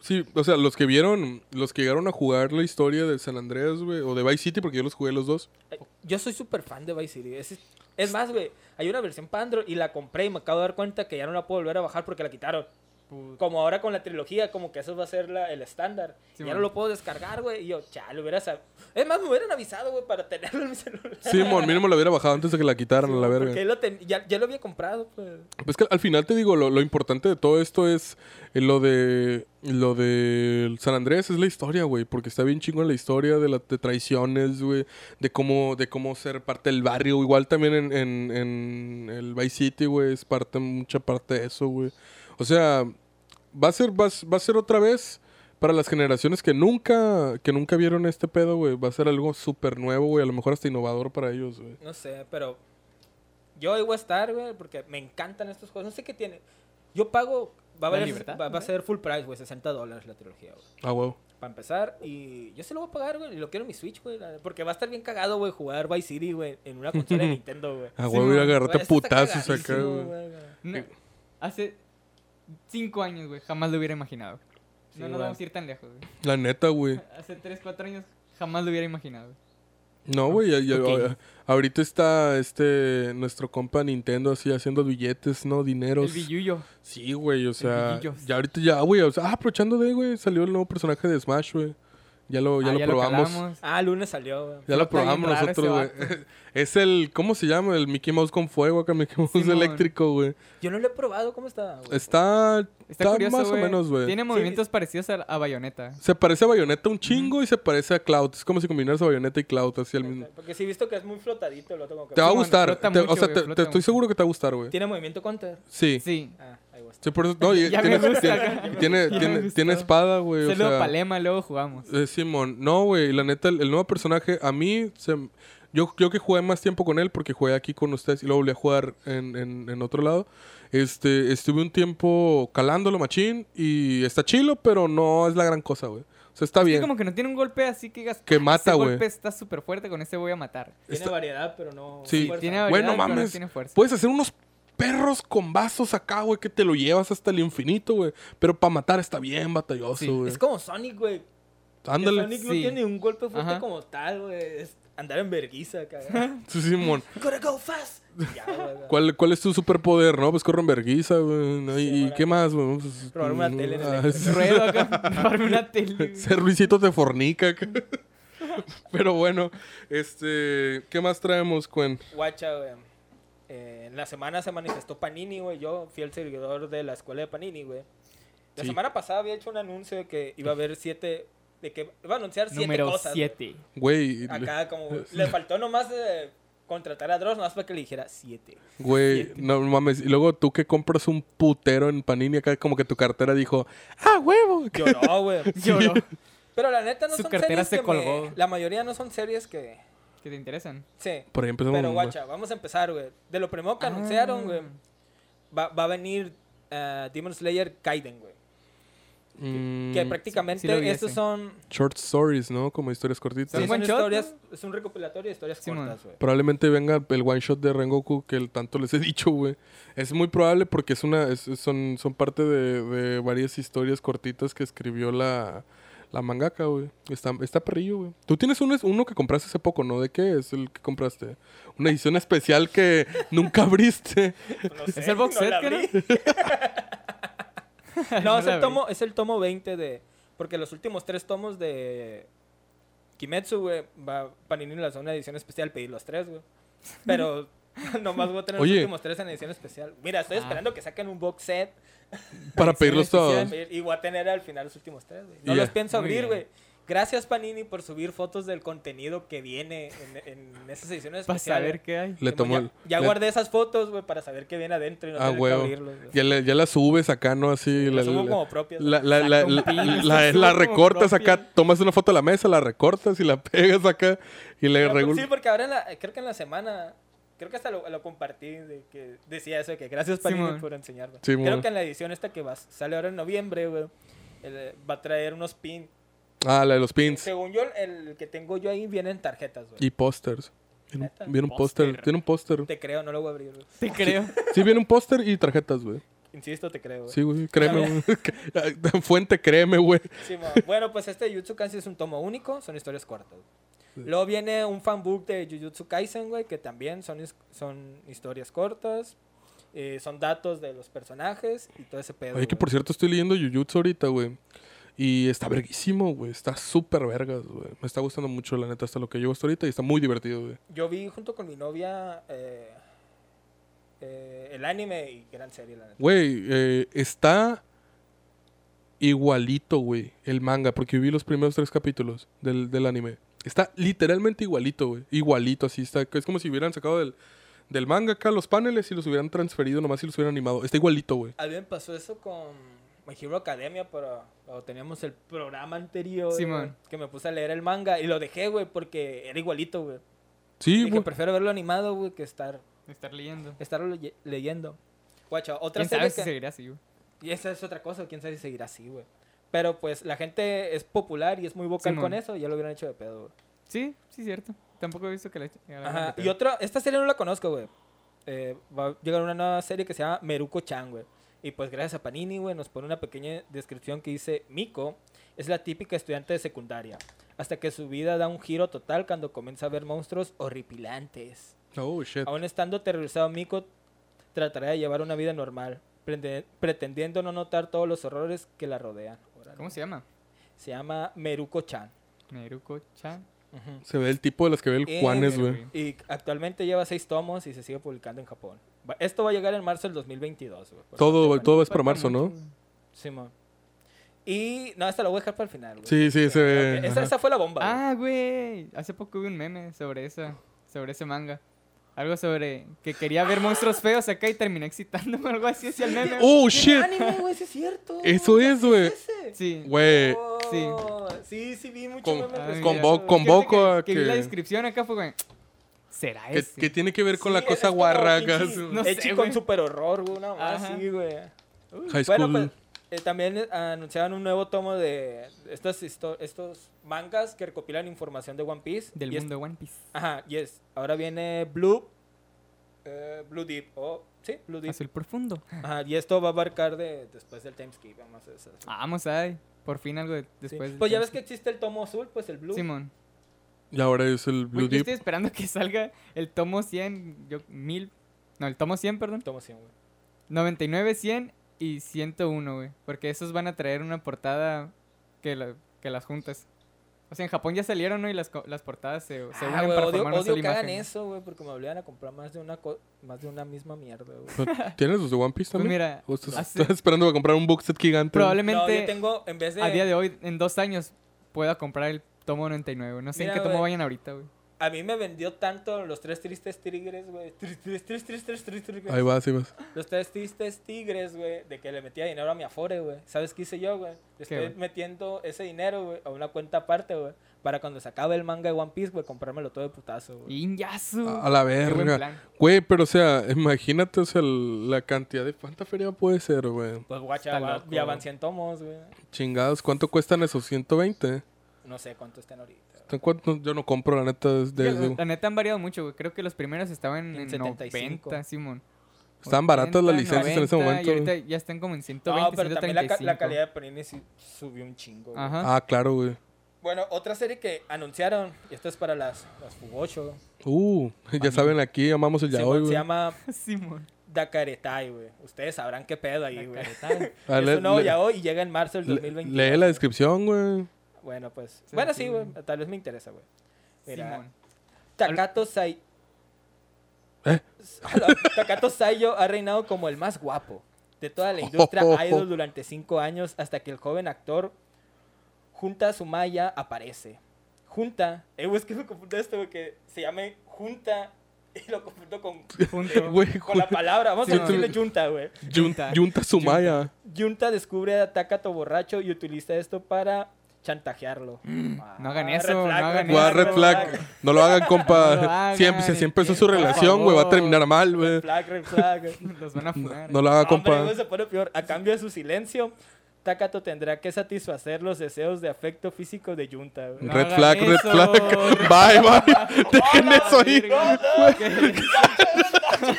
[SPEAKER 3] Sí, o sea, los que vieron, los que llegaron a jugar la historia de San Andreas, güey, o de Vice City, porque yo los jugué los dos.
[SPEAKER 1] Ay, Yo soy súper fan de Vice City. Es, es más, güey, hay una versión para Android y la compré y me acabo de dar cuenta que ya no la puedo volver a bajar porque la quitaron.
[SPEAKER 2] Puta.
[SPEAKER 1] Como ahora con la trilogía, como que eso va a ser la- el estándar.
[SPEAKER 2] Sí,
[SPEAKER 1] ya
[SPEAKER 2] man.
[SPEAKER 1] no lo puedo descargar, güey. Y yo, chal, hubiera sab- Es más, me hubieran avisado, güey, para tenerlo en mi celular.
[SPEAKER 3] Sí, mon, mínimo lo hubiera bajado antes de que la quitaran a la verga.
[SPEAKER 1] Porque lo ten- ya, ya lo había comprado, pues.
[SPEAKER 3] Pues que al final te digo, lo, lo importante de todo esto es eh, lo de lo de San Andrés, es la historia, güey, porque está bien chingón la historia de las traiciones, güey, de cómo, de cómo ser parte del barrio, igual también en, en- en el Vice City, güey, es parte, mucha parte de eso, güey. O sea, va a ser, va, a- va a ser otra vez para las generaciones que nunca, que nunca vieron este pedo, güey, va a ser algo súper nuevo, güey, a lo mejor hasta innovador para ellos, güey.
[SPEAKER 1] No sé, pero yo ahí voy a estar, güey, porque me encantan estos juegos. No sé qué tiene. Yo pago, va a,
[SPEAKER 2] La
[SPEAKER 1] valer-
[SPEAKER 2] libertad,
[SPEAKER 1] va, va a
[SPEAKER 2] ¿no?
[SPEAKER 1] ser full price, güey, 60 dólares la trilogía, güey.
[SPEAKER 3] Ah, wow.
[SPEAKER 1] Para empezar, y yo se lo voy a pagar, güey, y lo quiero en mi Switch, güey, la- porque va a estar bien cagado, güey, jugar Vice City, güey, en una consola de Nintendo, güey.
[SPEAKER 3] Ah,
[SPEAKER 2] Sí,
[SPEAKER 3] güey, voy a
[SPEAKER 2] mon.
[SPEAKER 3] agarrarte a
[SPEAKER 1] Güey, esto está
[SPEAKER 3] putazos acá,
[SPEAKER 1] cagadísimo,
[SPEAKER 3] güey.
[SPEAKER 1] güey.
[SPEAKER 2] No, hace cinco años, güey, jamás lo hubiera imaginado.
[SPEAKER 1] Sí,
[SPEAKER 2] no nos
[SPEAKER 1] güey.
[SPEAKER 2] vamos a ir tan lejos, güey.
[SPEAKER 3] La neta, güey.
[SPEAKER 2] Hace tres, cuatro años jamás lo hubiera imaginado.
[SPEAKER 3] No, güey, ya- ya-
[SPEAKER 2] Ok.
[SPEAKER 3] a- ahorita está este nuestro compa Nintendo así haciendo billetes, ¿no? Dineros.
[SPEAKER 2] El billuyo.
[SPEAKER 3] Sí, güey, o sea,
[SPEAKER 2] billillos.
[SPEAKER 3] ya ahorita ya, güey, o sea, ah, aprovechando de, güey, salió el nuevo personaje de Smash, güey. Ya lo, pues, ya
[SPEAKER 2] Ah,
[SPEAKER 3] lo probamos.
[SPEAKER 2] calamos.
[SPEAKER 1] Ah, lunes salió, güey.
[SPEAKER 3] ya lo
[SPEAKER 2] Está bien
[SPEAKER 3] probamos
[SPEAKER 2] raro
[SPEAKER 3] nosotros, güey.
[SPEAKER 2] ese
[SPEAKER 3] Es el, ¿cómo se llama? El Mickey Mouse con fuego acá, Mickey Mouse
[SPEAKER 2] Simón.
[SPEAKER 3] eléctrico, güey.
[SPEAKER 1] Yo no lo he probado, ¿cómo está? güey?
[SPEAKER 3] Está,
[SPEAKER 2] Está,
[SPEAKER 3] está,
[SPEAKER 2] curioso,
[SPEAKER 3] más
[SPEAKER 2] güey.
[SPEAKER 3] o menos, güey.
[SPEAKER 2] Tiene movimientos parecidos a, a Bayonetta.
[SPEAKER 3] Se parece a Bayonetta un chingo y se parece a Cloud. Es como si combinaras a Bayonetta y Cloud así al mismo.
[SPEAKER 1] Porque sí he visto que es muy flotadito, lo tengo que
[SPEAKER 3] Te va a
[SPEAKER 2] Simón,
[SPEAKER 3] gustar.
[SPEAKER 2] flota
[SPEAKER 3] te-
[SPEAKER 2] mucho,
[SPEAKER 3] o sea,
[SPEAKER 2] güey,
[SPEAKER 3] te-
[SPEAKER 2] flota
[SPEAKER 3] te estoy
[SPEAKER 2] mucho.
[SPEAKER 3] seguro que te va a gustar, güey.
[SPEAKER 1] ¿Tiene movimiento counter?
[SPEAKER 3] Sí.
[SPEAKER 2] Sí.
[SPEAKER 1] Ah, ahí voy a estar.
[SPEAKER 3] Sí, por eso- no, y
[SPEAKER 2] Ya me
[SPEAKER 3] tiene,
[SPEAKER 2] gusta, ya-
[SPEAKER 3] tiene- tiene-
[SPEAKER 2] ya me
[SPEAKER 3] tiene-
[SPEAKER 2] gustó.
[SPEAKER 3] tiene espada, güey. o
[SPEAKER 2] Saludo
[SPEAKER 3] sea,
[SPEAKER 2] a Palema, luego jugamos.
[SPEAKER 3] eh, Simón, no, güey, la neta, el, el nuevo personaje, a mí, se, yo, yo que jugué más tiempo con él, porque jugué aquí con ustedes y luego volví a jugar en, en- en otro lado, este, estuve un tiempo calándolo, machín, y está chilo, pero no es la gran cosa, güey. O sea, está
[SPEAKER 2] Es que
[SPEAKER 3] bien.
[SPEAKER 2] como que no tiene un golpe así que digas.
[SPEAKER 3] Que
[SPEAKER 2] "Ah,
[SPEAKER 3] mata,
[SPEAKER 2] ese
[SPEAKER 3] güey".
[SPEAKER 2] golpe está súper fuerte, con ese voy a matar.
[SPEAKER 1] Tiene
[SPEAKER 3] Está-
[SPEAKER 1] variedad, pero no.
[SPEAKER 3] Sí,
[SPEAKER 1] fuerza.
[SPEAKER 2] tiene
[SPEAKER 3] Güey,
[SPEAKER 2] variedad,
[SPEAKER 3] no
[SPEAKER 2] pero no
[SPEAKER 3] mames.
[SPEAKER 2] tiene fuerza.
[SPEAKER 3] Puedes hacer unos perros con vasos acá, güey, que te lo llevas hasta el infinito, güey. Pero para matar está bien batalloso,
[SPEAKER 2] Sí,
[SPEAKER 3] güey.
[SPEAKER 1] Es como Sonic, güey. Que
[SPEAKER 3] Ándale.
[SPEAKER 1] Sonic no
[SPEAKER 2] Sí.
[SPEAKER 1] tiene un golpe fuerte
[SPEAKER 2] Ajá.
[SPEAKER 1] como tal, güey. Es andar en verguiza, cabrón.
[SPEAKER 3] Sí, Simón.
[SPEAKER 1] Gotta go fast. Ya, güey.
[SPEAKER 3] ¿Cuál, ¿Cuál es tu superpoder, no? Pues corro en verguiza, güey. ¿no? ¿Y,
[SPEAKER 1] Sí,
[SPEAKER 3] y
[SPEAKER 1] ahora-
[SPEAKER 3] qué más, güey? Pues,
[SPEAKER 1] Robar una tele en el
[SPEAKER 3] ah,
[SPEAKER 1] Xbox.
[SPEAKER 3] sí.
[SPEAKER 2] Ruedo acá, robarme una tele. güey.
[SPEAKER 3] Ser Luisito te fornica. ca- Pero bueno, este... ¿Qué más traemos, Cuen?
[SPEAKER 1] Guacha, güey. Eh, en la semana se manifestó Panini, güey. Yo fui el seguidor de la escuela de Panini, güey. La
[SPEAKER 3] Sí.
[SPEAKER 1] semana pasada había hecho un anuncio de que iba a haber siete. De que iba a anunciar siete
[SPEAKER 2] Número
[SPEAKER 1] cosas.
[SPEAKER 2] 7.
[SPEAKER 3] Güey,
[SPEAKER 1] Acá, como. Le faltó nomás eh, contratar a Dross, nomás para que le dijera siete.
[SPEAKER 3] güey, no mames. Y luego tú que compras un putero en Panini, acá como que tu cartera dijo, ah, huevo.
[SPEAKER 1] Lloró, güey.
[SPEAKER 2] Lloró.
[SPEAKER 1] Pero la neta no
[SPEAKER 2] Su
[SPEAKER 1] son
[SPEAKER 2] cartera
[SPEAKER 1] series
[SPEAKER 2] se
[SPEAKER 1] que me-
[SPEAKER 2] colgó.
[SPEAKER 1] La mayoría no son series que.
[SPEAKER 2] ¿Qué te interesan?
[SPEAKER 1] Sí.
[SPEAKER 3] Por ahí empezamos.
[SPEAKER 1] Pero guacha, vamos a empezar, güey. De lo primero que
[SPEAKER 2] Ah.
[SPEAKER 1] anunciaron, güey, va, va a venir eh, Demon Slayer Kaiden, güey.
[SPEAKER 3] Mm,
[SPEAKER 1] que prácticamente
[SPEAKER 2] sí lo vi
[SPEAKER 1] estos
[SPEAKER 2] ese.
[SPEAKER 1] son,
[SPEAKER 3] Short stories, ¿no? Como historias cortitas.
[SPEAKER 2] Son
[SPEAKER 1] sí, son
[SPEAKER 2] one shot,
[SPEAKER 1] historias, es un recopilatorio de historias
[SPEAKER 2] Sí,
[SPEAKER 1] cortas, güey.
[SPEAKER 3] Probablemente venga el one shot de Rengoku que el- tanto les he dicho, güey. Es muy probable porque es una, es- es- son, son parte de, de varias historias cortitas que escribió la, la mangaka, güey. Está, está perrillo, güey. Tú tienes uno, uno que compraste hace poco, ¿no? ¿De qué es el que compraste? Una edición especial que nunca abriste.
[SPEAKER 1] No sé,
[SPEAKER 2] ¿Es el box
[SPEAKER 1] no
[SPEAKER 2] set
[SPEAKER 1] la
[SPEAKER 2] que
[SPEAKER 1] abrí.
[SPEAKER 2] No
[SPEAKER 1] No, es
[SPEAKER 2] la
[SPEAKER 1] el
[SPEAKER 2] abrí.
[SPEAKER 1] tomo, es el tomo 20 de, porque los últimos tres tomos de Kimetsu, güey, va Panini la una edición especial, pedí los tres, güey. Pero nomás voy a tener
[SPEAKER 3] Oye.
[SPEAKER 1] los últimos tres en edición especial. Mira, estoy
[SPEAKER 2] Ah.
[SPEAKER 1] esperando que saquen un box set
[SPEAKER 3] Para
[SPEAKER 2] Edición
[SPEAKER 3] pedirlos todos.
[SPEAKER 2] especial.
[SPEAKER 1] Y voy a tener al final los últimos tres, güey. No
[SPEAKER 3] Yeah.
[SPEAKER 1] los pienso
[SPEAKER 2] Muy
[SPEAKER 1] abrir,
[SPEAKER 2] bien.
[SPEAKER 1] güey. Gracias, Panini, por subir fotos del contenido que viene en, en esas ediciones
[SPEAKER 2] Para
[SPEAKER 1] especiales.
[SPEAKER 2] saber qué hay.
[SPEAKER 3] Le
[SPEAKER 1] Simón,
[SPEAKER 3] tomó
[SPEAKER 1] ya-
[SPEAKER 3] el-
[SPEAKER 1] Ya,
[SPEAKER 3] le-
[SPEAKER 1] guardé esas fotos, güey, para saber qué viene adentro y no
[SPEAKER 3] Ah,
[SPEAKER 1] tener
[SPEAKER 3] huevo.
[SPEAKER 1] que abrirlos, güey.
[SPEAKER 3] Ya, la- ya la subes acá, ¿no? Así. La,
[SPEAKER 1] Las subo
[SPEAKER 3] la-
[SPEAKER 1] como propias.
[SPEAKER 3] la- la- la-
[SPEAKER 2] Saca un
[SPEAKER 3] la-
[SPEAKER 2] pin,
[SPEAKER 3] la-
[SPEAKER 2] se sube
[SPEAKER 3] la
[SPEAKER 2] como
[SPEAKER 3] recortas
[SPEAKER 2] propia.
[SPEAKER 3] acá, tomas una foto a la mesa, la recortas y la pegas acá y le
[SPEAKER 1] Pero, pues,
[SPEAKER 3] regulas.
[SPEAKER 1] sí, porque ahora en la- creo que en la semana, creo que hasta lo, lo compartí, de que decía eso, de que gracias, Panini,
[SPEAKER 2] Simón.
[SPEAKER 1] por enseñarme.
[SPEAKER 3] Simón.
[SPEAKER 1] Creo que en la edición esta que va, sale ahora en noviembre, güey, el- va a traer unos pins.
[SPEAKER 3] Ah, la de los pins
[SPEAKER 1] Según yo, el, el que tengo yo ahí vienen tarjetas, güey.
[SPEAKER 3] y pósters. Viene
[SPEAKER 1] Neta.
[SPEAKER 3] un- viene un póster,
[SPEAKER 2] Póster.
[SPEAKER 3] tiene un póster.
[SPEAKER 1] Te creo, no lo voy a abrir, güey.
[SPEAKER 2] Te creo.
[SPEAKER 3] Sí, viene un póster y tarjetas, güey.
[SPEAKER 1] Insisto, te creo, güey.
[SPEAKER 3] Sí, güey, créeme, güey. Fuente, créeme, güey.
[SPEAKER 1] Sí, mo. bueno, pues este Jujutsu Kaisen es un tomo único, son historias cortas. Luego viene un fanbook de Jujutsu Kaisen, güey, que también son, his- son historias cortas, eh, son datos de los personajes y todo ese pedo.
[SPEAKER 3] Oye, que
[SPEAKER 1] güey.
[SPEAKER 3] por cierto estoy leyendo Jujutsu ahorita, güey. Y está verguísimo, güey. Está súper vergas, güey. Me está gustando mucho, la neta, hasta lo que llevo hasta ahorita y está muy divertido, güey.
[SPEAKER 1] Yo vi junto con mi novia eh, eh, el anime y gran serie, la neta.
[SPEAKER 3] Güey, eh, está igualito, güey, el manga, porque vi los primeros tres capítulos del, del anime. Está literalmente igualito, güey. Igualito, así está. Es como si hubieran sacado del, del manga acá los paneles y los hubieran transferido nomás y los hubieran animado. Está igualito, güey.
[SPEAKER 1] A mí me pasó eso con My Hero Academia, pero cuando teníamos el programa anterior,
[SPEAKER 2] Simón.
[SPEAKER 1] güey, que me puse a leer el manga y lo dejé, güey, porque era igualito, güey.
[SPEAKER 3] Sí,
[SPEAKER 1] Dije,
[SPEAKER 3] güey.
[SPEAKER 1] prefiero verlo animado, güey, que estar
[SPEAKER 2] Estar leyendo.
[SPEAKER 1] estarlo leye- leyendo. Guacha, otra
[SPEAKER 2] ¿Quién
[SPEAKER 1] serie
[SPEAKER 2] sabe si
[SPEAKER 1] que...
[SPEAKER 2] seguirá así, güey?
[SPEAKER 1] Y esa es otra cosa, quién sabe si seguirá así, güey. Pero pues la gente es popular y es muy vocal
[SPEAKER 2] Simón.
[SPEAKER 1] con eso, ya lo hubieran hecho de pedo, güey.
[SPEAKER 2] Sí, sí, cierto. Tampoco he visto que la que la hagan de
[SPEAKER 1] Ajá.
[SPEAKER 2] pedo.
[SPEAKER 1] Y otra, esta serie no la conozco, güey. Eh, va a llegar una nueva serie que se llama Meruko Chan, güey. Y pues gracias a Panini, güey, nos pone una pequeña descripción que dice, Miko es la típica estudiante de secundaria, hasta que su vida da un giro total cuando comienza a ver monstruos horripilantes.
[SPEAKER 3] Oh, shit.
[SPEAKER 1] Aún estando aterrorizado, Miko tratará de llevar una vida normal, prende- pretendiendo no notar todos los horrores que la rodean. Órale.
[SPEAKER 2] ¿Cómo se llama?
[SPEAKER 1] Se llama Meruko-chan.
[SPEAKER 2] Meruko-chan.
[SPEAKER 3] Se ve el tipo de las que ve el
[SPEAKER 1] Eh,
[SPEAKER 3] Juanes,
[SPEAKER 2] pero,
[SPEAKER 3] güey.
[SPEAKER 2] güey.
[SPEAKER 1] Y actualmente lleva seis tomos y se sigue publicando en Japón. Va- Esto va a llegar en marzo del 2022. güey, por
[SPEAKER 3] Todo,
[SPEAKER 1] parte
[SPEAKER 3] güey,
[SPEAKER 1] Pues, de
[SPEAKER 3] todo
[SPEAKER 1] Panini.
[SPEAKER 3] es para marzo, ¿no?
[SPEAKER 1] Simón. Y no, esta la voy a dejar para el final. güey.
[SPEAKER 3] Sí, sí, se
[SPEAKER 1] Ok,
[SPEAKER 3] ve.
[SPEAKER 1] Esa,
[SPEAKER 3] ajá.
[SPEAKER 1] esa fue la bomba. güey.
[SPEAKER 2] Ah, güey. Hace poco vi un meme sobre esa, sobre ese manga. Algo sobre que quería ver monstruos feos acá y terminé excitándome o algo así hacia el meme.
[SPEAKER 3] Oh,
[SPEAKER 1] ¡Tiene
[SPEAKER 3] shit.
[SPEAKER 1] anime, güey, sí es cierto!
[SPEAKER 3] Eso es, güey.
[SPEAKER 1] ese?
[SPEAKER 2] Sí.
[SPEAKER 3] Güey.
[SPEAKER 2] sí.
[SPEAKER 1] Oh, sí, sí, vi mucho.
[SPEAKER 3] Con-
[SPEAKER 1] meme al
[SPEAKER 2] Ay,
[SPEAKER 1] respecto,
[SPEAKER 3] convo-
[SPEAKER 1] güey.
[SPEAKER 3] con- convoco
[SPEAKER 2] Fíjate
[SPEAKER 3] a
[SPEAKER 2] que... vi la
[SPEAKER 3] que-
[SPEAKER 2] descripción acá fue güey, ¿Será
[SPEAKER 3] Que,
[SPEAKER 2] ese?
[SPEAKER 3] que tiene que ver con
[SPEAKER 1] Sí,
[SPEAKER 3] la
[SPEAKER 1] es
[SPEAKER 3] cosa
[SPEAKER 1] como
[SPEAKER 3] guarra,
[SPEAKER 1] pinche
[SPEAKER 3] acá, güey.
[SPEAKER 2] No
[SPEAKER 1] Echi
[SPEAKER 2] sé,
[SPEAKER 1] con
[SPEAKER 2] güey.
[SPEAKER 1] super horror, güey, una mamá
[SPEAKER 2] Ajá.
[SPEAKER 1] así, güey.
[SPEAKER 3] High
[SPEAKER 1] Bueno, pues
[SPEAKER 3] School.
[SPEAKER 1] eh, también eh, anunciaron un nuevo tomo de estas histo- estos mangas que recopilan información de One Piece.
[SPEAKER 2] Del
[SPEAKER 1] y es-
[SPEAKER 2] mundo de One Piece.
[SPEAKER 1] Ajá, yes. Ahora viene Blue. eh, Blue Deep. o sí, Blue Deep.
[SPEAKER 2] Azul profundo.
[SPEAKER 1] Ajá, y esto va a abarcar de, después del Timeskip. Vamos a hacer eso.
[SPEAKER 2] Vamos, ay. Por fin algo de-
[SPEAKER 1] Sí.
[SPEAKER 2] Ah, después. del
[SPEAKER 1] Pues ya ves que
[SPEAKER 2] Timeskip.
[SPEAKER 1] existe el tomo azul, pues el Blue.
[SPEAKER 2] Simón.
[SPEAKER 3] Y ahora es
[SPEAKER 2] Güey,
[SPEAKER 3] el
[SPEAKER 1] este
[SPEAKER 3] Blue
[SPEAKER 2] yo
[SPEAKER 3] Deep.
[SPEAKER 2] estoy esperando que salga el tomo 100, yo, 1000. No, el tomo 100, perdón.
[SPEAKER 1] Tomo 100, güey.
[SPEAKER 2] 99, 100 y 101, güey. Porque esos van a traer una portada que, la- que las juntas. O sea, en Japón ya salieron, ¿no? Y las, co- las portadas se, se
[SPEAKER 1] Ah,
[SPEAKER 2] unen
[SPEAKER 1] güey,
[SPEAKER 2] para
[SPEAKER 1] odio,
[SPEAKER 2] formar una
[SPEAKER 1] odio
[SPEAKER 2] sola
[SPEAKER 1] que hagan
[SPEAKER 2] imagen.
[SPEAKER 1] eso, güey, porque me obligan a comprar más de una, co- más de una misma mierda, güey.
[SPEAKER 3] ¿Tienes los de One
[SPEAKER 2] Pues
[SPEAKER 3] Piece también?
[SPEAKER 2] mira,
[SPEAKER 3] ¿O estás,
[SPEAKER 2] hace-
[SPEAKER 3] estás esperando para comprar un box set gigante?
[SPEAKER 1] No, yo
[SPEAKER 2] probablemente
[SPEAKER 1] tengo, en vez de...
[SPEAKER 2] a día de hoy, en dos años, pueda comprar el tomo 99. No sé
[SPEAKER 1] Mira,
[SPEAKER 2] en qué tomo
[SPEAKER 1] güey.
[SPEAKER 2] vayan ahorita, güey.
[SPEAKER 1] A mí me vendió tanto los tres tristes tigres, güey. Tris- tris- tris- tris- tris- tris- tigres.
[SPEAKER 3] Ahí vas, ahí vas.
[SPEAKER 1] Los tres tristes tigres, güey, de que le metía dinero a mi Afore, güey. ¿Sabes qué hice yo, güey? Le estoy
[SPEAKER 2] güey?
[SPEAKER 1] metiendo ese dinero, güey, a una cuenta aparte, güey. Para cuando se acabe el manga de One Piece, güey, comprármelo todo de putazo, güey.
[SPEAKER 2] Inyasu.
[SPEAKER 3] A a la
[SPEAKER 2] Qué buen
[SPEAKER 3] verga.
[SPEAKER 2] plan.
[SPEAKER 3] Güey, pero o sea, imagínate, o sea, el- la cantidad de... ¿Cuánta feria puede ser, güey?
[SPEAKER 1] Pues guacha,
[SPEAKER 2] Está
[SPEAKER 1] va-
[SPEAKER 2] loco,
[SPEAKER 1] ya van
[SPEAKER 2] güey.
[SPEAKER 1] 100 tomos, güey.
[SPEAKER 3] Chingados, ¿cuánto cuestan esos 120?
[SPEAKER 1] No sé cuánto estén ahorita.
[SPEAKER 3] ¿Están cuánto? Yo no compro, la neta. es de-
[SPEAKER 2] la,
[SPEAKER 3] de-
[SPEAKER 2] la neta han variado mucho, güey. Creo que los primeros estaban en,
[SPEAKER 1] En 75.
[SPEAKER 2] 90, Simon.
[SPEAKER 3] Estaban baratas las licencias en ese
[SPEAKER 2] Y
[SPEAKER 3] momento.
[SPEAKER 2] ahorita
[SPEAKER 3] güey.
[SPEAKER 2] ya están como en 120,
[SPEAKER 1] No, pero también la, ca-
[SPEAKER 2] 135.
[SPEAKER 1] la calidad de Panini sí subió un chingo, güey.
[SPEAKER 2] Ajá.
[SPEAKER 3] Ah, claro, güey.
[SPEAKER 1] Bueno, otra serie que anunciaron, y esto es para las, las Fugocho,
[SPEAKER 3] Uh, ya saben, aquí amamos el
[SPEAKER 1] se,
[SPEAKER 3] yaoi,
[SPEAKER 1] se
[SPEAKER 3] güey.
[SPEAKER 1] llama
[SPEAKER 2] Simón.
[SPEAKER 1] Dakaretai, güey. Ustedes sabrán qué pedo ahí, güey.
[SPEAKER 3] Ah,
[SPEAKER 1] es
[SPEAKER 3] le-
[SPEAKER 1] un nuevo
[SPEAKER 3] le-
[SPEAKER 1] yaoi y llega en marzo del
[SPEAKER 3] le-
[SPEAKER 1] 2020.
[SPEAKER 3] Lee la descripción, güey.
[SPEAKER 1] Bueno, pues.
[SPEAKER 2] Sí,
[SPEAKER 1] bueno,
[SPEAKER 2] sí,
[SPEAKER 1] sí, güey.
[SPEAKER 2] güey.
[SPEAKER 1] Tal vez me interesa, güey. Mira.
[SPEAKER 2] Simón.
[SPEAKER 1] Takato Sai.
[SPEAKER 3] ¿Eh?
[SPEAKER 1] Takato Saiyo ha reinado como el más guapo de toda la industria idol durante cinco años hasta que el joven actor Junta Sumaya aparece. Junta. Eh, güey, es que me confundo esto, güey, que se llame Junta y lo confundo con,
[SPEAKER 2] Junto.
[SPEAKER 3] Güey,
[SPEAKER 1] con la palabra. Vamos
[SPEAKER 2] Sí,
[SPEAKER 1] a decirle Junta, güey.
[SPEAKER 3] Junta,
[SPEAKER 2] Junta.
[SPEAKER 3] Junta Sumaya.
[SPEAKER 1] Junta descubre a Takato borracho y utiliza esto para chantajearlo.
[SPEAKER 3] Mm.
[SPEAKER 2] no hagan
[SPEAKER 1] Ah,
[SPEAKER 2] eso,
[SPEAKER 1] red
[SPEAKER 2] no
[SPEAKER 1] flag,
[SPEAKER 2] hagan
[SPEAKER 1] güey,
[SPEAKER 3] Guau,
[SPEAKER 2] eso.
[SPEAKER 3] red flag. No lo hagan, compa.
[SPEAKER 2] No lo hagan, eh,
[SPEAKER 3] Siempre, si siempre eso es su
[SPEAKER 2] por
[SPEAKER 3] relación, güey. Va a
[SPEAKER 2] favor.
[SPEAKER 3] terminar mal, güey.
[SPEAKER 1] Red flag, red flag. güey.
[SPEAKER 2] Los van a funar.
[SPEAKER 3] No lo haga,
[SPEAKER 1] Hombre,
[SPEAKER 3] Ah, compa.
[SPEAKER 1] luego se pone peor. A cambio de su silencio, Takato tendrá que satisfacer los deseos de afecto físico de Junta. güey.
[SPEAKER 2] No
[SPEAKER 3] red
[SPEAKER 2] hagan
[SPEAKER 3] flag, red
[SPEAKER 2] eso.
[SPEAKER 3] flag. Bye, bye. Dejen
[SPEAKER 1] Hola,
[SPEAKER 3] eso ahí.
[SPEAKER 2] verga.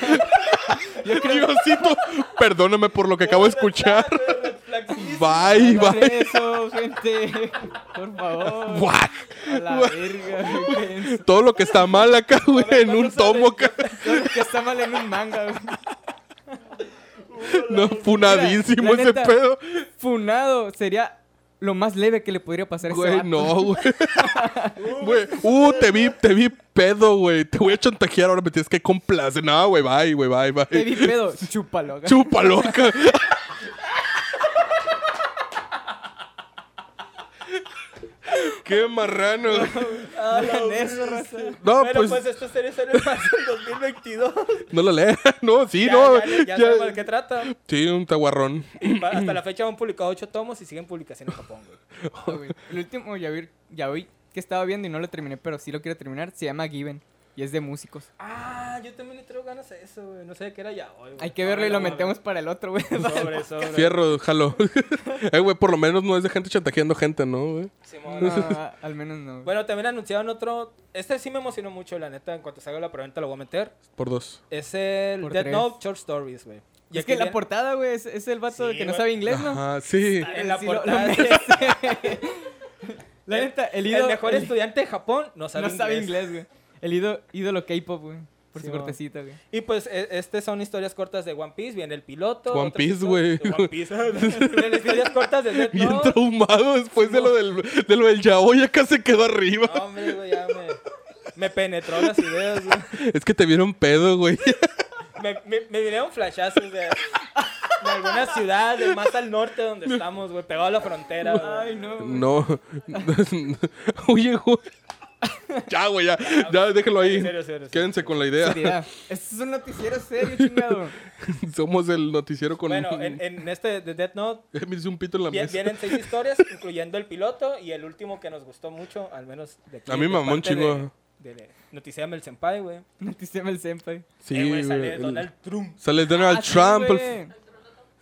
[SPEAKER 2] Yo creo
[SPEAKER 3] Diosito, perdóname por lo que acabo de escuchar.
[SPEAKER 1] Red flag, red flag, sí, sí.
[SPEAKER 3] Bye,
[SPEAKER 2] no hagan
[SPEAKER 3] bye.
[SPEAKER 2] eso, gente. Por favor.
[SPEAKER 3] Guau.
[SPEAKER 2] A la verga, güey. qué denso.
[SPEAKER 3] Todo lo que está mal acá, güey,
[SPEAKER 1] ver,
[SPEAKER 3] en un
[SPEAKER 1] ¿cuándo sale?
[SPEAKER 3] tomo, acá.
[SPEAKER 2] Todo lo Que está mal en un manga, güey.
[SPEAKER 3] No, funadísimo
[SPEAKER 2] la
[SPEAKER 3] ese
[SPEAKER 2] neta,
[SPEAKER 3] pedo.
[SPEAKER 2] Funado sería lo más leve que le podría pasar a ese
[SPEAKER 3] Güey,
[SPEAKER 2] vato.
[SPEAKER 3] no, güey. Güey, uh, te vi, te vi pedo, güey. Te voy a chantajear ahora, me tienes que complacer. No, güey, bye, güey, bye, bye.
[SPEAKER 2] Te di pedo, chúpalo.
[SPEAKER 3] Chupa loca. Qué marrano. güey.
[SPEAKER 1] Ah, la
[SPEAKER 2] Hagan
[SPEAKER 1] verga.
[SPEAKER 2] eso, raza.
[SPEAKER 3] No,
[SPEAKER 1] bueno, pues,
[SPEAKER 3] pues,
[SPEAKER 1] esta serie sale en marzo del 2022.
[SPEAKER 3] no lo leas. No, sí,
[SPEAKER 1] Ya,
[SPEAKER 3] no.
[SPEAKER 1] ya, ya, ya
[SPEAKER 3] ya-
[SPEAKER 1] sabemos de qué trata.
[SPEAKER 3] Sí, un taguarrón.
[SPEAKER 1] Pa- Hasta la fecha han publicado 8 tomos y siguen publicación en Japón. güey.
[SPEAKER 2] güey. El último ya vi, ya vi que estaba viendo y no lo terminé, pero sí lo quiero terminar. Se llama Given y es de músicos.
[SPEAKER 1] Ah, yo también le traigo ganas a eso, güey. No sé de qué era ya hoy, güey.
[SPEAKER 2] Hay que verlo y lo
[SPEAKER 1] Ahora,
[SPEAKER 2] metemos para el otro, güey.
[SPEAKER 1] Sobre, sobre.
[SPEAKER 3] Fierro, jalo. eh, güey, por lo menos no es de gente chantajeando gente, ¿no, güey?
[SPEAKER 1] Simón.
[SPEAKER 2] No, al menos no.
[SPEAKER 1] Bueno, también anunciaron otro. Este sí me emocionó mucho, la neta. En cuanto salga la preventa lo voy a meter.
[SPEAKER 3] Por dos.
[SPEAKER 1] Es el
[SPEAKER 2] Por
[SPEAKER 1] Death
[SPEAKER 2] tres.
[SPEAKER 1] Note Short Stories, güey.
[SPEAKER 2] y es
[SPEAKER 1] aquí
[SPEAKER 2] que la
[SPEAKER 1] viene-
[SPEAKER 2] portada, güey, es, es el vato
[SPEAKER 1] Sí,
[SPEAKER 2] que no
[SPEAKER 1] güey.
[SPEAKER 2] sabe inglés, ¿no?
[SPEAKER 3] Ajá, sí.
[SPEAKER 1] En la
[SPEAKER 2] Sí, lo- lo
[SPEAKER 1] portada.
[SPEAKER 2] merece. la neta, el
[SPEAKER 1] El,
[SPEAKER 2] ídolo.
[SPEAKER 1] mejor
[SPEAKER 2] el-
[SPEAKER 1] estudiante de Japón no sabe,
[SPEAKER 2] no sabe inglés, güey. El ídolo, ídolo K-pop, güey. Por
[SPEAKER 1] Sí,
[SPEAKER 2] su
[SPEAKER 1] mo.
[SPEAKER 2] cortecita, güey.
[SPEAKER 1] Y pues, e- este son historias cortas de One Piece. Viene el piloto.
[SPEAKER 3] One
[SPEAKER 1] otras
[SPEAKER 3] Piece,
[SPEAKER 1] histo-
[SPEAKER 3] güey.
[SPEAKER 1] de One Piece. Vienen historias cortas de Death
[SPEAKER 3] Bien
[SPEAKER 1] Note.
[SPEAKER 3] traumado después de lo del, de lo del yaoi, acá se quedó arriba.
[SPEAKER 1] No, hombre, güey, ya me, me penetró las ideas, güey.
[SPEAKER 3] Es que te vieron pedo, güey.
[SPEAKER 1] Me, me, me vinieron flashazos de, de alguna ciudad de más al norte donde estamos, güey. Pegado a la frontera, güey.
[SPEAKER 2] Ay, no. güey.
[SPEAKER 3] No. Oye, güey. Ya, güey, ya. Ya, déjalo ahí.
[SPEAKER 1] En serio, en serio, en serio.
[SPEAKER 3] Quédense con la idea.
[SPEAKER 2] Seriedad. Este es un noticiero serio, chingado.
[SPEAKER 3] Somos el noticiero con.
[SPEAKER 1] Bueno, en, en este de Death Note
[SPEAKER 3] Eh, me hice un pito en la
[SPEAKER 1] Vie-
[SPEAKER 3] mesa.
[SPEAKER 1] Vienen seis historias, incluyendo el piloto y el último que nos gustó mucho, al menos de aquí,
[SPEAKER 3] A mí me
[SPEAKER 1] de
[SPEAKER 3] mamó un
[SPEAKER 1] parte
[SPEAKER 3] chingo.
[SPEAKER 1] De, de Noticiame el Senpai, güey.
[SPEAKER 2] Noticiero el senpai.
[SPEAKER 3] Sí,
[SPEAKER 1] Eh,
[SPEAKER 3] güey.
[SPEAKER 1] güey, sale
[SPEAKER 3] el-
[SPEAKER 1] Donald Trump.
[SPEAKER 3] sale Donald
[SPEAKER 2] Ah, sí,
[SPEAKER 3] Trump. el-
[SPEAKER 2] güey.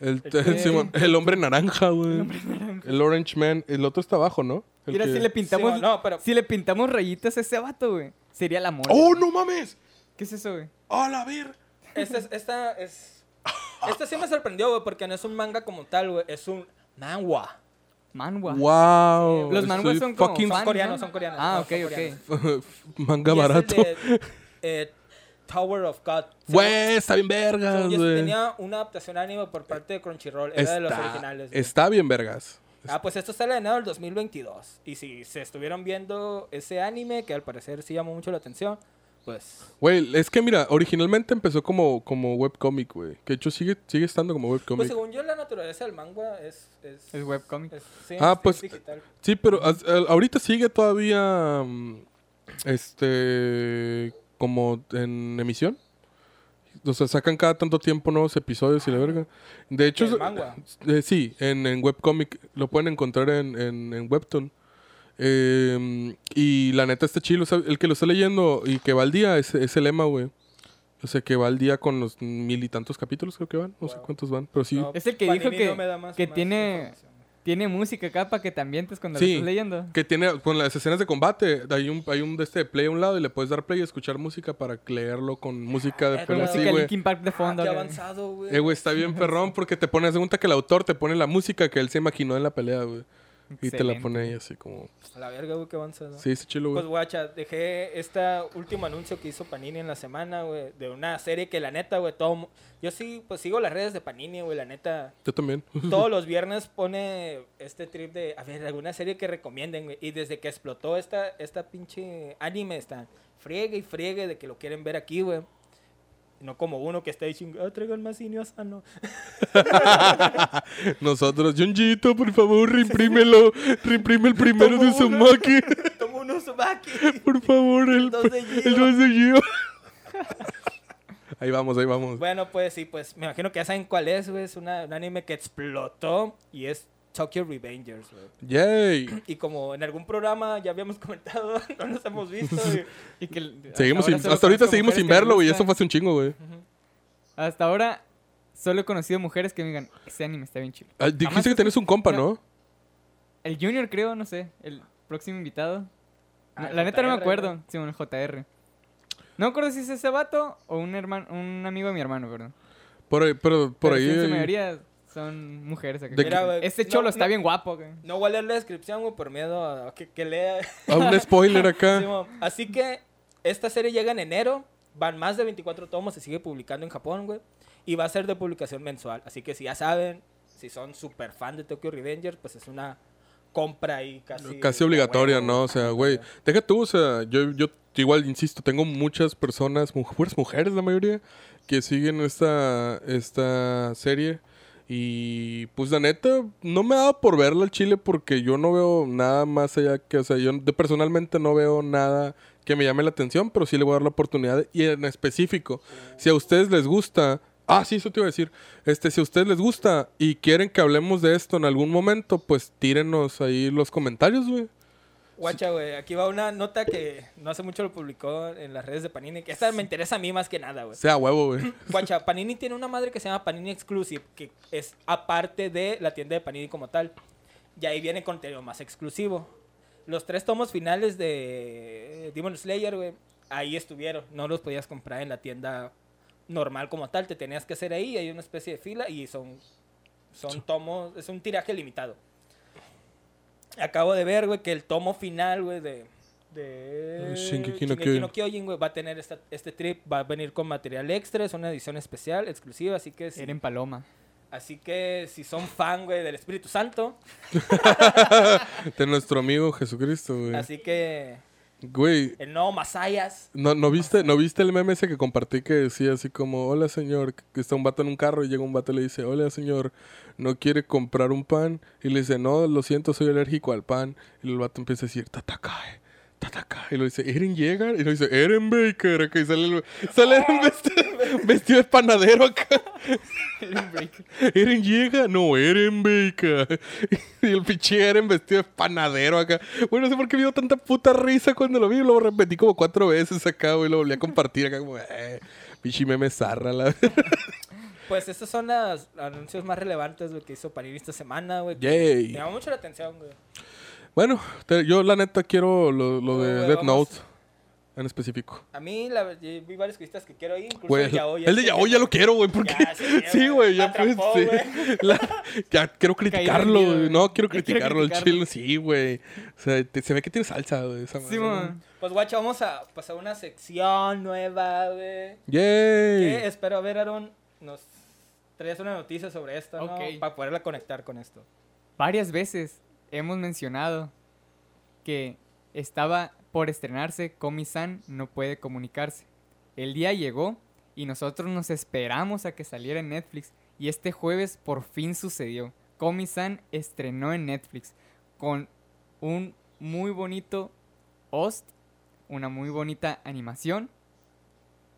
[SPEAKER 3] El,
[SPEAKER 1] El-
[SPEAKER 3] el- Simón, el hombre naranja, güey. El Orange Man. El otro está abajo, ¿no? El
[SPEAKER 2] Mira,
[SPEAKER 3] que-
[SPEAKER 2] si le pintamos.
[SPEAKER 1] Sí, no, pero-
[SPEAKER 2] Si le pintamos rayitas a ese vato, güey. Sería la amor.
[SPEAKER 3] ¡Oh, no mames!
[SPEAKER 2] ¿Qué es eso, güey?
[SPEAKER 3] ¡Hola, a ver!
[SPEAKER 1] Esta es. Esta, es, esta sí me sorprendió, güey, porque no es un manga como tal, güey. Es un manhwa.
[SPEAKER 2] Manhwa.
[SPEAKER 3] ¡Wow!
[SPEAKER 2] Los manguas
[SPEAKER 3] Soy
[SPEAKER 2] son como
[SPEAKER 3] fucking
[SPEAKER 2] fan, ¿no?
[SPEAKER 1] coreanos, son coreanos.
[SPEAKER 2] Ah,
[SPEAKER 1] No,
[SPEAKER 2] ok,
[SPEAKER 1] son coreanos.
[SPEAKER 2] ok.
[SPEAKER 3] manga
[SPEAKER 1] Y es el
[SPEAKER 3] barato.
[SPEAKER 1] de, eh, Tower of God.
[SPEAKER 3] Güey, está
[SPEAKER 1] Según
[SPEAKER 3] bien vergas,
[SPEAKER 1] yo, sí
[SPEAKER 3] Ah, güey.
[SPEAKER 1] tenía una adaptación anime por parte de Crunchyroll. Era de los originales. güey.
[SPEAKER 3] Está bien vergas.
[SPEAKER 1] Ah, pues esto sale en el 2022. Y si se estuvieron viendo ese anime, que al parecer sí llamó mucho la atención, pues
[SPEAKER 3] Güey, es que mira, originalmente empezó como, como webcomic, güey. Que de hecho sigue, sigue estando como
[SPEAKER 1] Pues
[SPEAKER 3] webcomic.
[SPEAKER 1] según yo, la naturaleza del manga es. Es,
[SPEAKER 2] Es webcomic.
[SPEAKER 1] es- sí,
[SPEAKER 3] Ah,
[SPEAKER 1] es- es
[SPEAKER 3] pues,
[SPEAKER 1] digital.
[SPEAKER 3] Sí, pero as- al- ahorita sigue todavía. mm, Este. Como en emisión. O sea, sacan cada tanto tiempo nuevos episodios y la verga. De hecho.
[SPEAKER 1] ¿El
[SPEAKER 3] es-
[SPEAKER 1] manga?
[SPEAKER 3] eh, sí, en, en webcomic. Lo pueden encontrar en, en, en Webtoon. Eh, y la neta está chido. o sea, el que lo está leyendo y que va al día es, es el Emma, güey. O sea, que va al día con los mil y tantos capítulos, creo que van. No sé
[SPEAKER 1] Wow.
[SPEAKER 3] cuántos van, pero sí.
[SPEAKER 1] No,
[SPEAKER 2] Es el que
[SPEAKER 1] Panini
[SPEAKER 2] dijo que-
[SPEAKER 1] no me da más-
[SPEAKER 2] que
[SPEAKER 1] más
[SPEAKER 2] tiene-
[SPEAKER 1] información.
[SPEAKER 2] Tiene música acá para que te ambientes cuando
[SPEAKER 3] Sí.
[SPEAKER 2] lo estás leyendo.
[SPEAKER 3] Que tiene, con las escenas de combate, hay un, hay un de este de play a un lado y le puedes dar play y escuchar música para leerlo con música de
[SPEAKER 1] Ah,
[SPEAKER 2] Con
[SPEAKER 1] Pero
[SPEAKER 3] perro
[SPEAKER 2] Eh, música
[SPEAKER 3] así,
[SPEAKER 2] de
[SPEAKER 3] güey.
[SPEAKER 2] Linkin Park de
[SPEAKER 1] Ah,
[SPEAKER 2] fondo.
[SPEAKER 1] qué
[SPEAKER 2] güey.
[SPEAKER 1] avanzado, güey.
[SPEAKER 3] Eh, güey, está bien perrón porque te pones de cuenta que el autor te pone la música que él se imaginó en la pelea, güey. Y te la
[SPEAKER 2] Excelente.
[SPEAKER 3] pone ahí así como...
[SPEAKER 1] A la verga, güey, qué avanzado.
[SPEAKER 3] Sí, está chilo,
[SPEAKER 1] Pues
[SPEAKER 3] güey.
[SPEAKER 1] guacha, dejé este último anuncio que hizo Panini en la semana, güey, de una serie que la neta, güey, todo... mu- Yo sí, pues sigo las redes de Panini, güey, la neta.
[SPEAKER 3] Yo también.
[SPEAKER 1] Todos los viernes pone este trip de, a ver, alguna serie que recomienden, güey. Y desde que explotó esta, esta pinche anime, están friegue y friegue de que lo quieren ver aquí, güey. No como uno que está ahí chingado, "Ah, traigan más Inio Asano.
[SPEAKER 3] Nosotros, Junjito, por favor, reimprímelo. Reimprime el primero de
[SPEAKER 1] Toma una.
[SPEAKER 3] Uzumaki.
[SPEAKER 1] Tomo un Uzumaki.
[SPEAKER 3] Por favor, el...
[SPEAKER 1] El dos de Gio.
[SPEAKER 3] El dos de Gio. Ahí vamos, ahí vamos.
[SPEAKER 1] Bueno, pues sí, pues me imagino que ya saben cuál es, güey. Es una, un anime que explotó y es Tokyo Revengers, güey.
[SPEAKER 3] Yay.
[SPEAKER 1] Y como en algún programa ya habíamos comentado, no nos hemos visto. güey.
[SPEAKER 2] Y que l-
[SPEAKER 3] Seguimos sin-
[SPEAKER 2] ahora solo
[SPEAKER 3] hasta ahorita
[SPEAKER 2] conozco
[SPEAKER 3] seguimos
[SPEAKER 2] mujeres
[SPEAKER 3] sin
[SPEAKER 2] que me
[SPEAKER 3] verlo, güey.
[SPEAKER 2] gusta.
[SPEAKER 3] Eso fue hace un chingo, güey.
[SPEAKER 2] Hasta ahora solo he conocido mujeres que me digan, ese anime está bien chido.
[SPEAKER 3] Ah,
[SPEAKER 2] Jamás
[SPEAKER 3] Dijiste que tenés un compa, ¿no?
[SPEAKER 2] El Junior creo, no sé, el próximo invitado.
[SPEAKER 1] Ah,
[SPEAKER 2] No,
[SPEAKER 1] el
[SPEAKER 2] la neta no me
[SPEAKER 1] JR,
[SPEAKER 2] acuerdo,
[SPEAKER 1] güey.
[SPEAKER 2] sí, un JR. No me acuerdo si es ese vato o un hermano, un amigo de mi hermano, perdón.
[SPEAKER 3] Por ahí, pero por
[SPEAKER 2] Pero sí,
[SPEAKER 3] ahí.
[SPEAKER 2] en su
[SPEAKER 3] eh,
[SPEAKER 2] mayoría son mujeres acá.
[SPEAKER 3] De
[SPEAKER 2] Mira,
[SPEAKER 1] que-
[SPEAKER 2] güey, Este
[SPEAKER 1] no,
[SPEAKER 2] cholo
[SPEAKER 1] no.
[SPEAKER 2] está bien guapo, güey.
[SPEAKER 1] No voy a leer la descripción, güey, por miedo a que, que lea.
[SPEAKER 3] A Ah, un spoiler acá.
[SPEAKER 1] Simón. Así que esta serie llega en enero, van más de 24 tomos, se sigue publicando en Japón, güey, y va a ser de publicación mensual. Así que si ya saben, si son super fan de Tokyo Revengers, pues es una compra ahí casi...
[SPEAKER 3] Casi
[SPEAKER 1] de
[SPEAKER 3] obligatoria,
[SPEAKER 1] huevo.
[SPEAKER 3] ¿no? O sea, güey. Deja tú, o sea, yo, yo igual insisto, tengo muchas personas, mu- puras mujeres la mayoría, que siguen esta, esta serie. Y pues la neta, no me ha dado por verla al chile porque yo no veo nada más allá que, o sea, yo de- personalmente no veo nada que me llame la atención, pero sí le voy a dar la oportunidad. Y en específico, si a ustedes les gusta, ah, sí, eso te iba a decir, este, si a ustedes les gusta y quieren que hablemos de esto en algún momento, pues tírenos ahí los comentarios, güey.
[SPEAKER 1] Guacha, güey, aquí va una nota que no hace mucho lo publicó en las redes de Panini, que esta me interesa a mí más que nada, güey.
[SPEAKER 3] Sea huevo, güey.
[SPEAKER 1] Guacha, Panini tiene una madre que se llama Panini Exclusive, que es aparte de la tienda de Panini como tal. Y ahí viene contenido más exclusivo. Los tres tomos finales de Demon Slayer, güey, ahí estuvieron. No los podías comprar en la tienda normal como tal. Te tenías que hacer ahí, hay una especie de fila y son, son tomos, es un tiraje limitado. Acabo de ver, güey, que el tomo final, güey, de... De
[SPEAKER 3] Shingeki no
[SPEAKER 1] Shingeki
[SPEAKER 3] Kyojin.
[SPEAKER 1] Kyojin, güey, va a tener esta- este trip, va a venir con material extra, es una edición especial, exclusiva, así que si,
[SPEAKER 2] Eren Paloma.
[SPEAKER 1] así que si son fan, güey, del Espíritu Santo,
[SPEAKER 3] De nuestro amigo Jesucristo, güey.
[SPEAKER 1] así que
[SPEAKER 3] Güey,
[SPEAKER 1] el nuevo Masayas,
[SPEAKER 3] ¿no, no, viste, ¿no viste el meme ese que compartí que decía así como, hola señor, que está un vato en un carro y llega un vato y le dice, hola señor, no quiere comprar un pan? Y le dice, no, lo siento, soy alérgico al pan. Y el vato empieza a decir, tatakae. tatakae. Y lo dice, Eren llega. Y lo dice, Eren Baker. Acá y sale, el- sale Eren vestido, vestido de panadero acá.
[SPEAKER 2] Eren Breaker.
[SPEAKER 3] Eren llega, no, Eren Baker. Y el pinche Eren vestido de panadero acá. Bueno, no sé por qué me dio tanta puta risa cuando lo vi. Lo repetí como cuatro veces acá, güey. Lo volví a compartir acá, como, eh, pinche meme zarra, la
[SPEAKER 1] pues estos son los anuncios más relevantes, güey, que hizo Panini esta semana, güey. que Me
[SPEAKER 3] Yay.
[SPEAKER 1] llamó mucho la atención, güey.
[SPEAKER 3] Bueno, te- yo la neta quiero lo, lo de
[SPEAKER 1] Güey,
[SPEAKER 3] Death
[SPEAKER 1] vamos.
[SPEAKER 3] Note en específico.
[SPEAKER 1] A mí la, ver- yo vi varios cristas que quiero ir, incluso
[SPEAKER 3] Güey,
[SPEAKER 1] el Yaoi.
[SPEAKER 3] el de Yaoi ya lo quiero, güey, porque...
[SPEAKER 1] Ya, sí,
[SPEAKER 3] sí, güey, ya
[SPEAKER 1] la atrapó,
[SPEAKER 3] pues,
[SPEAKER 1] güey.
[SPEAKER 3] sí. La- ya quiero criticarlo,
[SPEAKER 2] rendido,
[SPEAKER 3] güey.
[SPEAKER 2] güey.
[SPEAKER 3] No, quiero
[SPEAKER 2] Ya quiero
[SPEAKER 3] criticarlo, el
[SPEAKER 2] criticarlo.
[SPEAKER 3] chile, sí, güey. O sea, te- se ve que tiene salsa, güey, esa madre.
[SPEAKER 2] Sí, man.
[SPEAKER 1] Pues, guacha, vamos a pasar una sección nueva, güey.
[SPEAKER 3] Yay.
[SPEAKER 1] Que espero, a ver, Aaron, nos traes una noticia sobre esto, ¿no?
[SPEAKER 2] Ok.
[SPEAKER 1] Para poderla conectar con esto.
[SPEAKER 2] varias veces hemos mencionado que estaba por estrenarse Komi-san no puede comunicarse. El día llegó y nosotros nos esperamos a que saliera en Netflix y este jueves por fin sucedió. Komi-san estrenó en Netflix con un muy bonito host, una muy bonita animación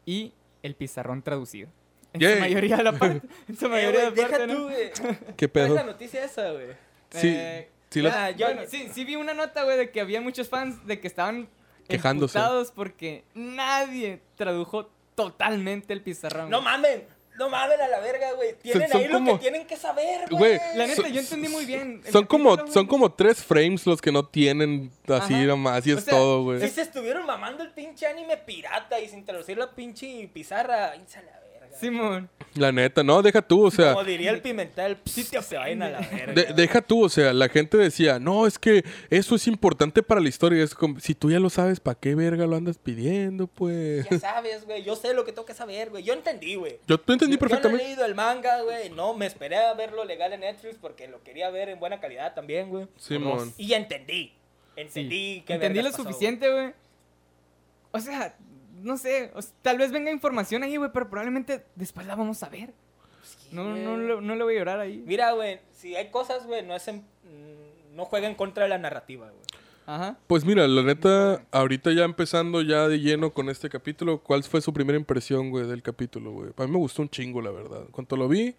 [SPEAKER 2] y el pizarrón traducido. En
[SPEAKER 3] Yay.
[SPEAKER 2] su mayoría de la parte. En su
[SPEAKER 1] Eh,
[SPEAKER 2] mayoría
[SPEAKER 1] güey,
[SPEAKER 2] de la
[SPEAKER 1] deja
[SPEAKER 2] parte, ¿no?
[SPEAKER 1] tú, güey.
[SPEAKER 3] ¿Qué
[SPEAKER 1] ¿Cuál es
[SPEAKER 3] pedo?
[SPEAKER 1] la noticia esa, güey?
[SPEAKER 3] Sí,
[SPEAKER 2] Eh,
[SPEAKER 3] sí la-
[SPEAKER 1] Ah, yo-
[SPEAKER 2] Bueno, sí, sí vi una nota, güey, de que había muchos fans de que estaban
[SPEAKER 3] Quejándose.
[SPEAKER 2] emputados porque nadie tradujo totalmente el pizarrón.
[SPEAKER 1] No
[SPEAKER 2] güey.
[SPEAKER 1] mamen, no mamen a la verga, güey. Tienen
[SPEAKER 3] son
[SPEAKER 1] ahí lo
[SPEAKER 3] como-
[SPEAKER 1] que tienen que saber,
[SPEAKER 3] Güey,
[SPEAKER 1] güey.
[SPEAKER 2] La neta,
[SPEAKER 3] Son-
[SPEAKER 2] yo entendí muy bien. el
[SPEAKER 3] Son como,
[SPEAKER 2] capítulo, güey.
[SPEAKER 3] son como tres frames los que no tienen así
[SPEAKER 2] Ajá.
[SPEAKER 3] nomás y
[SPEAKER 2] O
[SPEAKER 3] es
[SPEAKER 2] sea,
[SPEAKER 3] todo, güey.
[SPEAKER 1] Si se estuvieron mamando el pinche anime pirata y sin traducir la pinche pizarra, hincha la verga.
[SPEAKER 2] Simón.
[SPEAKER 3] La neta, no, deja tú, o sea.
[SPEAKER 1] Como diría el pimentel, sí te se vayan a la verga.
[SPEAKER 3] de- deja tú, o sea, la gente decía, no, es que eso es importante para la historia. Es como, si tú ya lo sabes, ¿para qué verga lo andas pidiendo, pues?
[SPEAKER 1] Ya sabes, güey. Yo sé lo que tengo que saber, güey. Yo entendí, güey.
[SPEAKER 3] Yo te
[SPEAKER 1] Yo-
[SPEAKER 3] entendí
[SPEAKER 1] Yo no he
[SPEAKER 3] perfectamente.
[SPEAKER 1] leído el manga, güey. No, me esperé a verlo legal en Netflix porque lo quería ver en buena calidad también, güey.
[SPEAKER 3] Simón.
[SPEAKER 1] Y ya entendí.
[SPEAKER 2] Sí.
[SPEAKER 1] Entendí que
[SPEAKER 2] Entendí lo suficiente, güey. O sea, no sé. o s- tal vez venga información ahí, güey, pero probablemente después la vamos a ver. No, no, le- no le voy a llorar ahí.
[SPEAKER 1] Mira, güey, si hay cosas, güey, no hacen mm, no jueguen contra la narrativa, güey.
[SPEAKER 2] Ajá.
[SPEAKER 3] Pues mira, la neta, ahorita ya empezando ya de lleno con este capítulo, ¿cuál fue su primera impresión, güey, del capítulo, güey? A mí me gustó un chingo, la verdad. Cuando lo vi,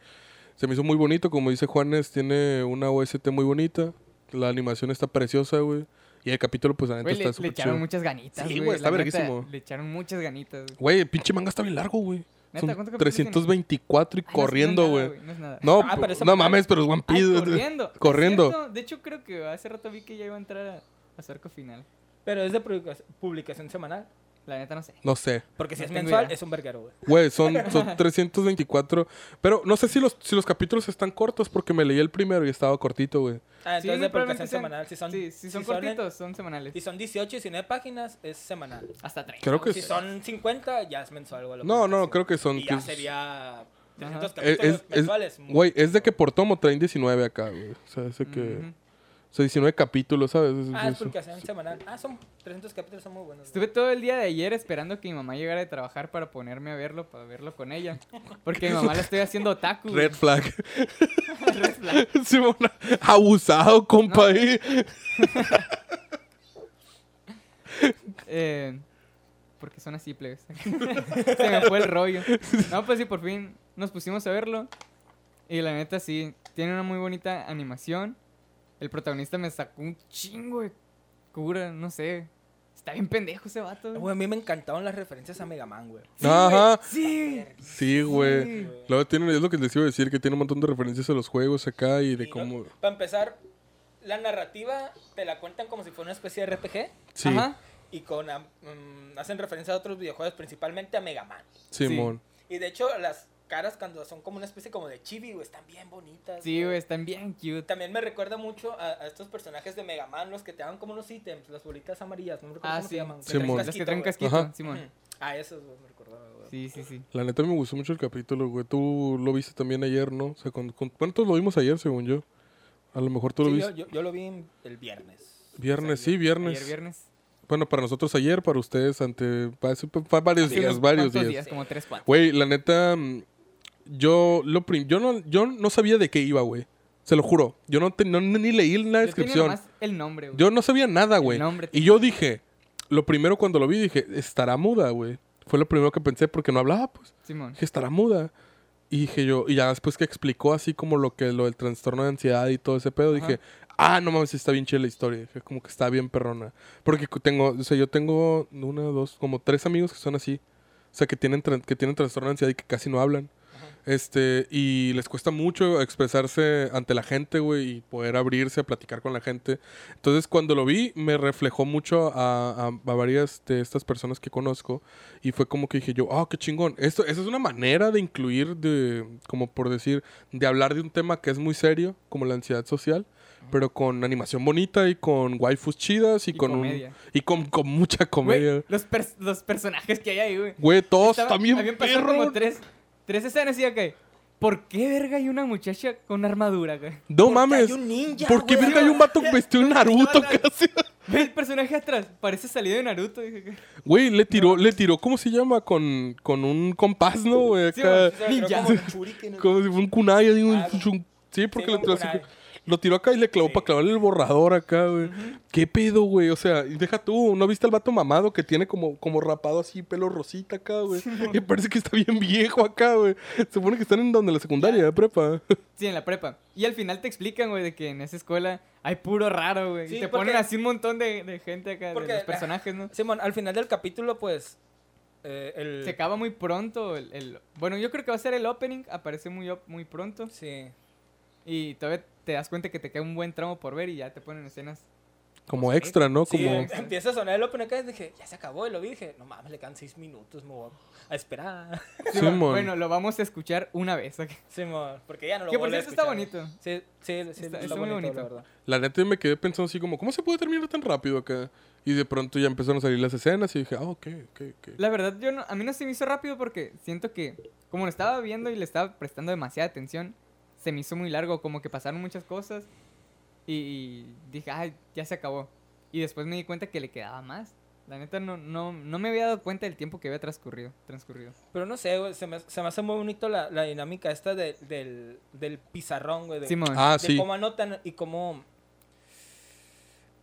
[SPEAKER 3] se me hizo muy bonito. Como dice Juanes, tiene una OST muy bonita. La animación está preciosa, güey. Y el capítulo, pues, la neta
[SPEAKER 2] Güey, le,
[SPEAKER 3] está
[SPEAKER 2] le
[SPEAKER 3] súper
[SPEAKER 2] echaron
[SPEAKER 3] chido.
[SPEAKER 2] muchas ganitas,
[SPEAKER 3] Sí,
[SPEAKER 2] güey.
[SPEAKER 3] güey, está
[SPEAKER 2] la neta,
[SPEAKER 3] verguísimo.
[SPEAKER 2] Le echaron muchas ganitas, güey.
[SPEAKER 3] Güey, el pinche manga está bien largo, güey.
[SPEAKER 2] Neta,
[SPEAKER 3] Son
[SPEAKER 2] ¿cuántos capítulos
[SPEAKER 3] 324 y
[SPEAKER 2] Ay, Ah, no es- no es
[SPEAKER 3] corriendo,
[SPEAKER 2] nada,
[SPEAKER 3] güey.
[SPEAKER 2] No es nada.
[SPEAKER 3] No, pues,
[SPEAKER 1] Ah, pero
[SPEAKER 3] no,
[SPEAKER 1] esa madre-
[SPEAKER 3] mames, pero es One
[SPEAKER 2] Ay,
[SPEAKER 3] Piece. güey.
[SPEAKER 2] corriendo.
[SPEAKER 3] Corriendo.
[SPEAKER 2] Es cierto, De hecho, creo que hace rato vi que ya iba a entrar a, a su arco final.
[SPEAKER 1] Pero es de publica- publicación semanal.
[SPEAKER 2] La neta no sé.
[SPEAKER 3] No sé.
[SPEAKER 1] Porque si
[SPEAKER 2] No
[SPEAKER 1] es
[SPEAKER 2] Ah, tengo
[SPEAKER 1] mensual,
[SPEAKER 2] idea.
[SPEAKER 1] es un verguero, güey.
[SPEAKER 3] Güey, son, son 324. Pero no sé si los, si los capítulos están cortos porque me leí el primero y estaba cortito, güey.
[SPEAKER 1] Ah, entonces de
[SPEAKER 2] Sí, probablemente
[SPEAKER 1] publicación
[SPEAKER 2] sean-
[SPEAKER 1] semanal. Si son,
[SPEAKER 2] sí, sí
[SPEAKER 1] si
[SPEAKER 2] son
[SPEAKER 1] en-
[SPEAKER 2] cortitos, son semanales.
[SPEAKER 1] si son 18 y 19 páginas, es semanal.
[SPEAKER 2] Hasta 30.
[SPEAKER 3] Creo que
[SPEAKER 1] Si
[SPEAKER 3] es-
[SPEAKER 1] son 50, ya es mensual, güey. la
[SPEAKER 3] No, no,
[SPEAKER 1] publicación.
[SPEAKER 3] creo que son.
[SPEAKER 1] Y
[SPEAKER 3] que
[SPEAKER 1] ya
[SPEAKER 3] es- eh,
[SPEAKER 1] sería 300
[SPEAKER 3] es-
[SPEAKER 1] capítulos
[SPEAKER 3] es- es-
[SPEAKER 1] mensuales.
[SPEAKER 3] Güey, es de que por tomo traen 19 acá, güey. O sea, ese que.
[SPEAKER 2] Ujú.
[SPEAKER 3] O sea, 19 capítulos, ¿sabes? Es-
[SPEAKER 1] Ah, es
[SPEAKER 3] es-
[SPEAKER 1] publicación semanal. Ah, son 300 capítulos, son muy buenos. güey.
[SPEAKER 2] Estuve todo el día de ayer esperando que mi mamá llegara de trabajar para ponerme a verlo, para verlo con ella. Porque mi mamá la estoy haciendo otaku. güey.
[SPEAKER 3] Red flag.
[SPEAKER 2] Red flag.
[SPEAKER 3] Simón, abusado, compa. ahí.
[SPEAKER 2] Eh, porque son así, plebes. Se me fue el rollo. No, pues sí, por fin nos pusimos a verlo. Y la neta, sí, tiene una muy bonita animación. El protagonista me sacó un chingo de cura, no sé. Está bien pendejo ese vato. güey.
[SPEAKER 1] Güey, a mí me encantaron las referencias a Mega Man, güey.
[SPEAKER 2] Sí,
[SPEAKER 3] Ah, Ajá.
[SPEAKER 2] Sí.
[SPEAKER 3] Sí, güey. Luego tiene, es lo que les iba a decir, que tiene un montón de referencias a los juegos acá y de cómo.
[SPEAKER 1] Para empezar, la narrativa te la cuentan como si fuera una especie de RPG
[SPEAKER 3] Sí,
[SPEAKER 2] Ajá.
[SPEAKER 1] y con am- mm, hacen referencia a otros videojuegos, principalmente a Mega Man.
[SPEAKER 3] Simón.
[SPEAKER 1] Y de hecho, las caras cuando son como una especie como de chibi, güey, están bien bonitas.
[SPEAKER 2] Sí, güey, están bien cute.
[SPEAKER 1] También me recuerda mucho a, a estos personajes de Mega Man, los que te dan como unos ítems, las bolitas amarillas, no me recuerdo
[SPEAKER 2] Ah,
[SPEAKER 1] cómo
[SPEAKER 2] sí.
[SPEAKER 1] se llaman.
[SPEAKER 2] Las que traen-
[SPEAKER 3] Simón.
[SPEAKER 2] Las que traen
[SPEAKER 1] casquito,
[SPEAKER 2] casquito,
[SPEAKER 3] Ajá.
[SPEAKER 1] güey.
[SPEAKER 2] Simón.
[SPEAKER 1] Ujú. Ah, esos, güey, me recordaba, güey.
[SPEAKER 2] Sí, sí, sí.
[SPEAKER 3] La neta me gustó mucho el capítulo, güey. Tú lo viste también ayer, ¿no? O sea, con, con- bueno, todos lo vimos ayer, según yo. A lo mejor tú lo
[SPEAKER 1] Sí,
[SPEAKER 3] viste.
[SPEAKER 1] yo, yo, yo lo vi en- el viernes.
[SPEAKER 3] Viernes, sí, viernes.
[SPEAKER 2] Ayer viernes.
[SPEAKER 3] Bueno, para nosotros ayer, para ustedes, ante. pa- pa- varios
[SPEAKER 2] Sí,
[SPEAKER 3] días,
[SPEAKER 2] unos
[SPEAKER 3] varios
[SPEAKER 2] cuantos
[SPEAKER 3] días.
[SPEAKER 2] Como tres, cuatro.
[SPEAKER 3] Güey, la neta, mm, yo, lo prim- yo, no, yo no sabía de qué iba, güey. Se lo juro. Yo no, te- no- ni leí la
[SPEAKER 2] Yo tenía
[SPEAKER 3] descripción.
[SPEAKER 2] nomás el nombre, güey.
[SPEAKER 3] Yo no sabía nada, güey.
[SPEAKER 2] nombre
[SPEAKER 3] Y yo dije, lo primero cuando lo vi, dije, estará muda, güey. Fue lo primero que pensé porque no hablaba, pues.
[SPEAKER 2] Simón.
[SPEAKER 3] Dije, estará muda. Y dije yo, y ya después que explicó así como lo que lo del trastorno de ansiedad y todo ese pedo,
[SPEAKER 2] Ajá.
[SPEAKER 3] dije, ah, no mames, está bien chida la historia. Dije, como que está bien perrona. Porque cu- tengo, o sea, yo tengo una, dos, como tres amigos que son así. O sea, que tienen, tran- que tienen trastorno de ansiedad y que casi no hablan. Este, y les cuesta mucho expresarse ante la gente, güey, y poder abrirse a platicar con la gente. Entonces, cuando lo vi, me reflejó mucho a, a- a varias de estas personas que conozco. Y fue como que dije yo, ah, qué chingón. Esto, esa es una manera de incluir, de, como por decir, de hablar de un tema que es muy serio, como la ansiedad social, pero con animación bonita y con waifus chidas y,
[SPEAKER 2] Y
[SPEAKER 3] con un-
[SPEAKER 2] comedia.
[SPEAKER 3] y con, con mucha
[SPEAKER 2] Güey,
[SPEAKER 3] comedia.
[SPEAKER 2] los, pers- los personajes que hay ahí, güey.
[SPEAKER 3] Güey, todos
[SPEAKER 2] Estaba-
[SPEAKER 3] también
[SPEAKER 2] Habían pasado
[SPEAKER 3] perros.
[SPEAKER 2] como tres, tres escenas y ya que. ¿Por qué verga hay una muchacha con armadura, güey?
[SPEAKER 3] No
[SPEAKER 1] Porque
[SPEAKER 3] mames.
[SPEAKER 1] hay un ninja,
[SPEAKER 3] ¿Por qué
[SPEAKER 1] güey.
[SPEAKER 3] verga hay un vato vestido de
[SPEAKER 1] No,
[SPEAKER 3] Naruto
[SPEAKER 1] no.
[SPEAKER 3] casi?
[SPEAKER 2] Ve el personaje atrás, parece salido de Naruto. dije que-
[SPEAKER 3] Güey, le tiró, le tiró, ¿cómo se llama? Con, con un compás, ¿no? güey?
[SPEAKER 2] Sí,
[SPEAKER 1] Se
[SPEAKER 2] güey,
[SPEAKER 3] Acá,
[SPEAKER 1] retiró
[SPEAKER 2] Ninja.
[SPEAKER 1] como un shuriken, ¿no?
[SPEAKER 3] como si fuera un kunai. así, un-
[SPEAKER 1] Ah, güey.
[SPEAKER 3] un- sí, porque
[SPEAKER 1] Sí,
[SPEAKER 3] lo tiró
[SPEAKER 1] un
[SPEAKER 3] así,
[SPEAKER 1] kunai.
[SPEAKER 3] Lo tiró acá y le clavó
[SPEAKER 1] Sí.
[SPEAKER 3] para clavarle el borrador acá, güey. ¿Qué pedo, güey? O sea, y deja tú, ¿no viste al vato mamado que tiene como, como rapado así, pelo rosita acá, güey? Y parece que está bien viejo acá, güey. Se supone que están en donde la secundaria, de prepa.
[SPEAKER 2] Sí, en la prepa. Y al final te explican, güey, de que en esa escuela hay puro raro, güey. y
[SPEAKER 1] Sí,
[SPEAKER 2] te
[SPEAKER 1] porque-
[SPEAKER 2] ponen así un montón de, de gente acá, de
[SPEAKER 1] porque-
[SPEAKER 2] los personajes, ¿no?
[SPEAKER 1] Simón, al final del capítulo, pues. eh, el.
[SPEAKER 2] Se acaba muy pronto el, el- Bueno, yo creo que va a ser el opening, aparece muy, op- muy pronto.
[SPEAKER 1] Sí.
[SPEAKER 2] Y todavía te das cuenta que te queda un buen tramo por ver y ya te ponen escenas.
[SPEAKER 3] Como extra, ¿no?
[SPEAKER 1] Sí,
[SPEAKER 3] Como...
[SPEAKER 1] em- empieza a sonar el open acá y dije, ya se acabó, y lo vi, dije, no mames, le quedan seis minutos, me voy a esperar.
[SPEAKER 2] Sí,
[SPEAKER 3] Simón.
[SPEAKER 2] Bueno, lo vamos a escuchar una vez. ok.
[SPEAKER 1] Simón, porque ya no lo
[SPEAKER 2] Que
[SPEAKER 1] voy
[SPEAKER 2] por
[SPEAKER 1] a
[SPEAKER 2] cierto está
[SPEAKER 1] escuchar.
[SPEAKER 2] bonito.
[SPEAKER 1] Sí, sí, sí,
[SPEAKER 2] Está-
[SPEAKER 1] está,
[SPEAKER 2] está muy
[SPEAKER 1] muy bonito,
[SPEAKER 2] bonito.
[SPEAKER 1] la verdad.
[SPEAKER 3] La neta yo me quedé pensando así como, ¿cómo se puede terminar tan rápido acá? Y de pronto ya empezaron a salir las escenas y dije, ah, ok, ok, ok.
[SPEAKER 2] La verdad, yo no, a mí no se me hizo rápido porque siento que, como lo estaba viendo y le estaba prestando demasiada atención, se me hizo muy largo, como que pasaron muchas cosas y, y dije, ay, ya se acabó. Y después me di cuenta que le quedaba más. La neta, no, no, no me había dado cuenta del tiempo que había transcurrido. transcurrido.
[SPEAKER 1] Pero no sé, güey, se me, se me hace muy bonito la, la dinámica esta de- del, del pizarrón, güey. De,
[SPEAKER 2] Simón.
[SPEAKER 3] Ah,
[SPEAKER 1] de
[SPEAKER 3] sí.
[SPEAKER 1] cómo anotan y cómo...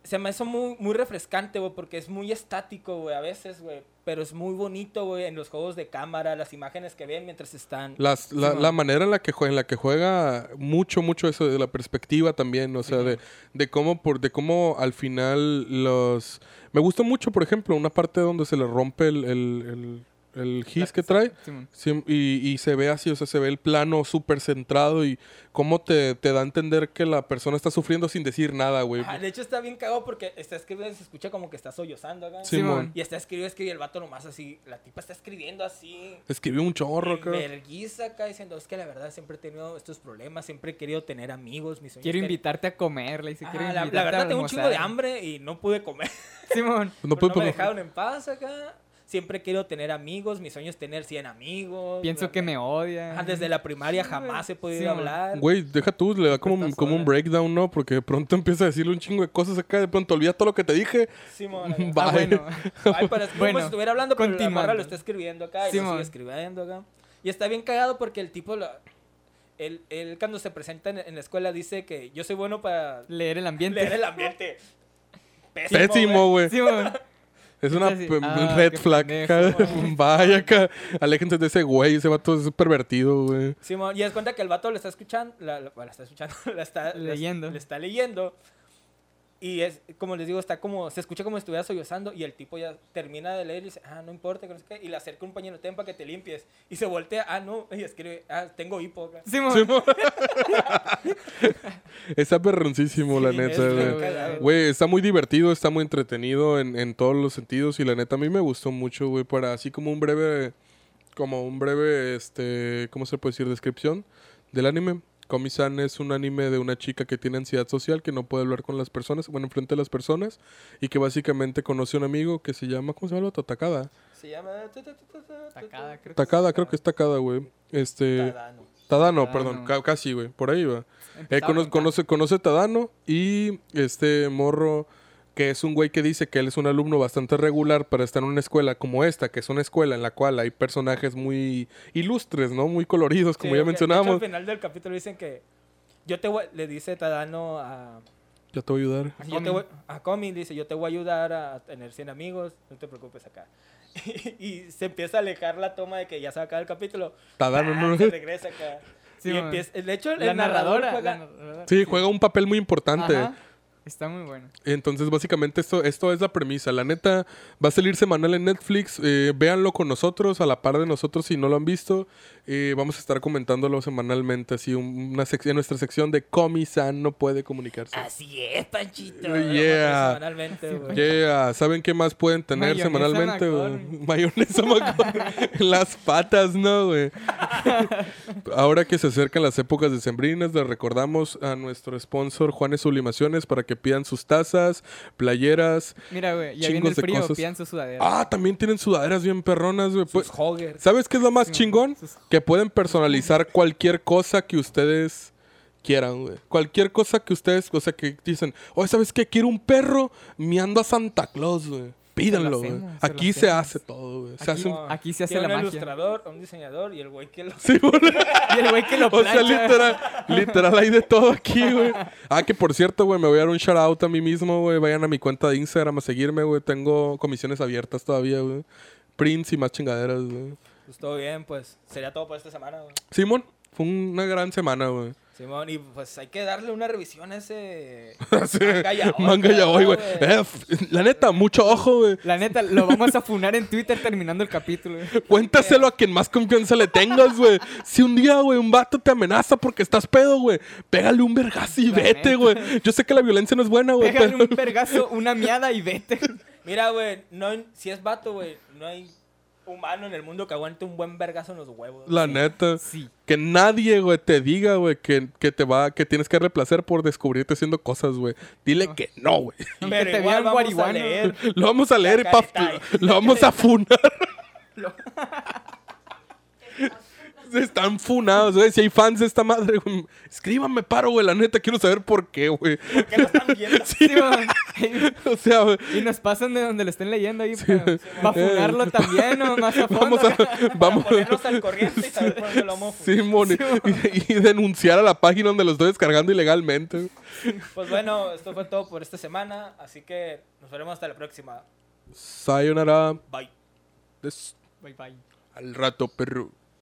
[SPEAKER 1] Se me hizo muy, muy refrescante, güey, porque es muy estático, güey, a veces, güey. Pero es muy bonito, güey, en los juegos de cámara, las imágenes que ven mientras están...
[SPEAKER 3] Las- la,
[SPEAKER 2] Simón.
[SPEAKER 3] la manera en la, que juega, en la que juega mucho, mucho eso de la perspectiva también, o sea, de, de cómo por de cómo al final los... Me gusta mucho, por ejemplo, una parte donde se le rompe el, el, el, el gis que trae
[SPEAKER 2] Simón.
[SPEAKER 3] Sí, y, y se ve así, o sea, se ve el plano súper centrado y cómo te, te da a entender que la persona está sufriendo sin decir nada, güey.
[SPEAKER 1] Ah, de hecho, está bien cagado porque está escribiendo y se escucha como que está sollozando acá.
[SPEAKER 3] Simón.
[SPEAKER 2] Simón.
[SPEAKER 1] Y está escribiendo, escribiendo, y el vato nomás así... La tipa está escribiendo así...
[SPEAKER 3] Escribió un chorro, acá.
[SPEAKER 1] Verguiza acá diciendo, es que la verdad siempre he tenido estos problemas, siempre he querido tener amigos, mis sueños
[SPEAKER 2] Quiero
[SPEAKER 1] que-
[SPEAKER 2] invitarte a comer, le dice.
[SPEAKER 1] Ajá,
[SPEAKER 2] quiero
[SPEAKER 1] este Ah, la, la
[SPEAKER 2] invitarte a
[SPEAKER 1] verdad tengo un
[SPEAKER 2] almorzar.
[SPEAKER 1] chingo de hambre y no pude comer.
[SPEAKER 2] Simón.
[SPEAKER 3] Pues No
[SPEAKER 1] Pero
[SPEAKER 3] puede
[SPEAKER 1] Pues no me
[SPEAKER 3] poner-
[SPEAKER 1] dejaron en paz acá. Siempre he querido tener amigos, mi sueño es tener 100 amigos.
[SPEAKER 2] Pienso
[SPEAKER 1] bla,
[SPEAKER 2] que
[SPEAKER 1] bla.
[SPEAKER 2] me odia.
[SPEAKER 1] Ajá, Ah, Desde la primaria
[SPEAKER 2] Sí,
[SPEAKER 1] jamás
[SPEAKER 2] güey.
[SPEAKER 1] he podido
[SPEAKER 2] Sí,
[SPEAKER 1] hablar.
[SPEAKER 3] Güey, deja tú, le da como, un-
[SPEAKER 2] Estás
[SPEAKER 3] como un
[SPEAKER 2] sola.
[SPEAKER 3] breakdown, ¿no? Porque de pronto empieza a decirle un chingo de cosas acá, de pronto olvida todo lo que te dije.
[SPEAKER 1] Simón, acá.
[SPEAKER 3] Va.
[SPEAKER 2] Ah,
[SPEAKER 3] Bye.
[SPEAKER 2] bueno.
[SPEAKER 1] Ay, pero es como
[SPEAKER 2] Bueno,
[SPEAKER 1] si estuviera hablando, pero la
[SPEAKER 2] continuando.
[SPEAKER 1] morra lo está escribiendo acá y lo
[SPEAKER 2] Simón.
[SPEAKER 1] sigue escribiendo acá. Y está bien cagado porque el tipo, lo- él, él cuando se presenta en, en la escuela dice que yo soy bueno para
[SPEAKER 2] Leer el ambiente.
[SPEAKER 1] leer el ambiente. Pésimo.
[SPEAKER 3] Pésimo,
[SPEAKER 1] güey.
[SPEAKER 3] güey.
[SPEAKER 2] Simón.
[SPEAKER 3] Es una
[SPEAKER 2] Dice así,
[SPEAKER 3] pe-
[SPEAKER 2] "Ah,
[SPEAKER 3] red
[SPEAKER 2] qué
[SPEAKER 3] flag.
[SPEAKER 2] pendejo,
[SPEAKER 3] acá. Vaya acá. Aléjense de ese güey, ese vato es pervertido, güey.
[SPEAKER 1] Simón, y es cuenta que el vato le está escuchando, la, la- la está escuchando, la está la-
[SPEAKER 2] Leyendo.
[SPEAKER 1] Le está leyendo. Y es, como les digo, está como, se escucha como si estuviera sollozando y el tipo ya termina de leer y dice, ah, no importa, que no sé qué, y le acerca un pañuelo ten para que te limpies. Y se voltea, ah, no, y escribe, ah, tengo hipo. güey".
[SPEAKER 2] Simón.
[SPEAKER 3] Está perroncísimo, la
[SPEAKER 1] Sí,
[SPEAKER 3] neta,
[SPEAKER 1] es
[SPEAKER 3] güey.
[SPEAKER 1] bien cagado.
[SPEAKER 3] Güey, está muy divertido, está muy entretenido en, en todos los sentidos y la neta a mí me gustó mucho, güey, para así como un breve, como un breve, este, ¿cómo se puede decir? Descripción del anime. Komi-san es un anime de una chica que tiene ansiedad social, que no puede hablar con las personas, bueno, enfrente de las personas, y que básicamente conoce a un amigo que se llama, ¿cómo se llama? el vato? Takada.
[SPEAKER 1] Se llama...
[SPEAKER 2] Tacada, creo que
[SPEAKER 3] Takada, creo que es Takada, güey. Este,
[SPEAKER 1] Tadano.
[SPEAKER 3] Tadano,
[SPEAKER 2] Tadano.
[SPEAKER 3] perdón, ca- casi, güey, por ahí va.
[SPEAKER 2] sí.
[SPEAKER 3] Eh,
[SPEAKER 2] Empezaba
[SPEAKER 3] cono-
[SPEAKER 2] con-
[SPEAKER 3] conoce, conoce a Tadano y este morro que es un güey que dice que él es un alumno bastante regular para estar en una escuela como esta, que es una escuela en la cual hay personajes muy ilustres, ¿no? Muy coloridos, como
[SPEAKER 1] Sí,
[SPEAKER 3] ya
[SPEAKER 1] porque, de hecho,
[SPEAKER 3] mencionábamos.
[SPEAKER 1] Al final del capítulo dicen que yo te voy, le dice Tadano a...
[SPEAKER 3] Ya te voy a ayudar.
[SPEAKER 1] Dice, yo
[SPEAKER 2] A
[SPEAKER 1] te
[SPEAKER 2] Comin.
[SPEAKER 1] voy- a Comin dice, yo te voy a ayudar a tener 100 amigos, no te preocupes acá. y se empieza a alejar la toma de que ya se va a acabar el capítulo. Ah,
[SPEAKER 3] Tadano no.
[SPEAKER 1] Se regresa acá.
[SPEAKER 2] Sí,
[SPEAKER 1] y
[SPEAKER 2] man.
[SPEAKER 1] empieza, de hecho, el
[SPEAKER 2] La
[SPEAKER 1] narrador
[SPEAKER 2] narradora.
[SPEAKER 1] juega-
[SPEAKER 2] la narradora.
[SPEAKER 3] Sí, juega un papel muy importante.
[SPEAKER 2] Ajá. Está muy bueno.
[SPEAKER 3] Entonces, básicamente, esto, esto es la premisa. La neta, va a salir semanal en Netflix. eh, véanlo con nosotros, a la par de nosotros, si no lo han visto. Eh, vamos a estar comentándolo semanalmente, así, un- una sec- en nuestra sección de Comi-san no puede comunicarse.
[SPEAKER 1] Así es, Panchito.
[SPEAKER 3] Oh,
[SPEAKER 1] Lo muestra
[SPEAKER 3] yeah.
[SPEAKER 1] Semanalmente, güey.
[SPEAKER 2] pues.
[SPEAKER 3] Yeah, ah, ¿saben qué más pueden tener
[SPEAKER 2] Mayonesa
[SPEAKER 3] semanalmente? güey?
[SPEAKER 2] McCormick.
[SPEAKER 3] Mayonesa McCormick. En las patas, ¿no, güey? Ahora que se acercan las épocas decembrinas, les recordamos a nuestro sponsor Juanes Sublimaciones para que que pidan sus tazas, playeras.
[SPEAKER 2] Mira, güey, ya viene
[SPEAKER 3] Chingos
[SPEAKER 2] el
[SPEAKER 3] de
[SPEAKER 2] frío,
[SPEAKER 3] cosas.
[SPEAKER 2] pidan su sudadera.
[SPEAKER 3] Ah, también tienen sudaderas bien perronas, güey. Pues,
[SPEAKER 1] Sus joggers.
[SPEAKER 3] ¿Sabes qué es lo más
[SPEAKER 2] Sí,
[SPEAKER 3] chingón?
[SPEAKER 2] sus-
[SPEAKER 3] Que pueden personalizar cualquier cosa que ustedes quieran, güey. Cualquier cosa que ustedes, o sea, que dicen, oye, ¿sabes qué? Quiero un perro miando a Santa Claus, güey. Pídanlo, güey.
[SPEAKER 2] hacemos, se lo
[SPEAKER 3] Aquí se
[SPEAKER 2] hacemos.
[SPEAKER 3] hace todo, güey.
[SPEAKER 2] Aquí-
[SPEAKER 3] Se hace un...
[SPEAKER 2] aquí se hace
[SPEAKER 1] Tiene
[SPEAKER 2] la
[SPEAKER 1] un
[SPEAKER 2] magia.
[SPEAKER 1] ilustrador, un diseñador y el güey que lo...
[SPEAKER 3] Sí, güey.
[SPEAKER 2] Y el güey que lo
[SPEAKER 3] O sea,
[SPEAKER 2] plancha.
[SPEAKER 3] literal, literal hay de todo aquí, güey. Ah, que por cierto, güey, me voy a dar un shout out a mí mismo, güey. Vayan a mi cuenta de Instagram a seguirme, güey. Tengo comisiones abiertas todavía, güey. Prints y más chingaderas, güey.
[SPEAKER 1] Pues todo bien, pues sería todo por esta semana, güey.
[SPEAKER 3] Simón, fue una gran semana, güey.
[SPEAKER 1] Simón, y pues hay que darle una revisión a ese...
[SPEAKER 3] Sí,
[SPEAKER 1] Manga ya hoy,
[SPEAKER 3] Manga ya hoy, güey.
[SPEAKER 1] güey.
[SPEAKER 3] Eh, f- la neta, mucho ojo, güey.
[SPEAKER 2] La neta, lo vamos a funar en Twitter terminando el capítulo. güey.
[SPEAKER 3] Cuéntaselo a quien más confianza le tengas, güey. Si un día, güey, un vato te amenaza porque estás pedo, güey, pégale un vergazo y
[SPEAKER 2] La
[SPEAKER 3] vete,
[SPEAKER 2] neta.
[SPEAKER 3] güey. Yo sé que la violencia no es buena, güey,
[SPEAKER 2] Pégale
[SPEAKER 3] pero-
[SPEAKER 2] un vergazo, una miada y vete.
[SPEAKER 1] Mira, güey, no, hay- si es vato, güey, no hay humano en el mundo que aguante un buen vergazo en los huevos.
[SPEAKER 3] La neta.
[SPEAKER 2] Sí.
[SPEAKER 3] Que nadie, güey, te diga, güey, que, que te va, que tienes que reemplazar por descubrirte haciendo cosas, güey. Dile que no, güey.
[SPEAKER 2] Aunque
[SPEAKER 1] Pero
[SPEAKER 2] te
[SPEAKER 1] igual
[SPEAKER 2] vean
[SPEAKER 1] vamos a
[SPEAKER 2] guariguano.
[SPEAKER 1] leer.
[SPEAKER 3] Lo vamos a leer y pa,
[SPEAKER 1] careta
[SPEAKER 3] lo vamos a funar. Se están funados, güey. Si hay fans de esta madre, güey, escríbanme paro, güey. La neta, quiero saber por qué, güey.
[SPEAKER 1] Que no están viendo.
[SPEAKER 2] Sí, güey.
[SPEAKER 3] O sea, güey,
[SPEAKER 2] y nos pasan de donde lo estén leyendo ahí para, para
[SPEAKER 3] Eh.
[SPEAKER 2] funarlo también o más a fondo.
[SPEAKER 3] vamos a.
[SPEAKER 1] Vamos.
[SPEAKER 3] Vamos.
[SPEAKER 1] ponernos al corriente y saber por dónde lo vamos.
[SPEAKER 3] Simón, y, y denunciar a la página donde lo estoy descargando ilegalmente.
[SPEAKER 1] Pues bueno, esto fue todo por esta semana, así que nos veremos hasta la próxima.
[SPEAKER 3] Sayonara.
[SPEAKER 1] Bye.
[SPEAKER 3] Des-
[SPEAKER 2] Bye, bye.
[SPEAKER 3] Al rato, perro.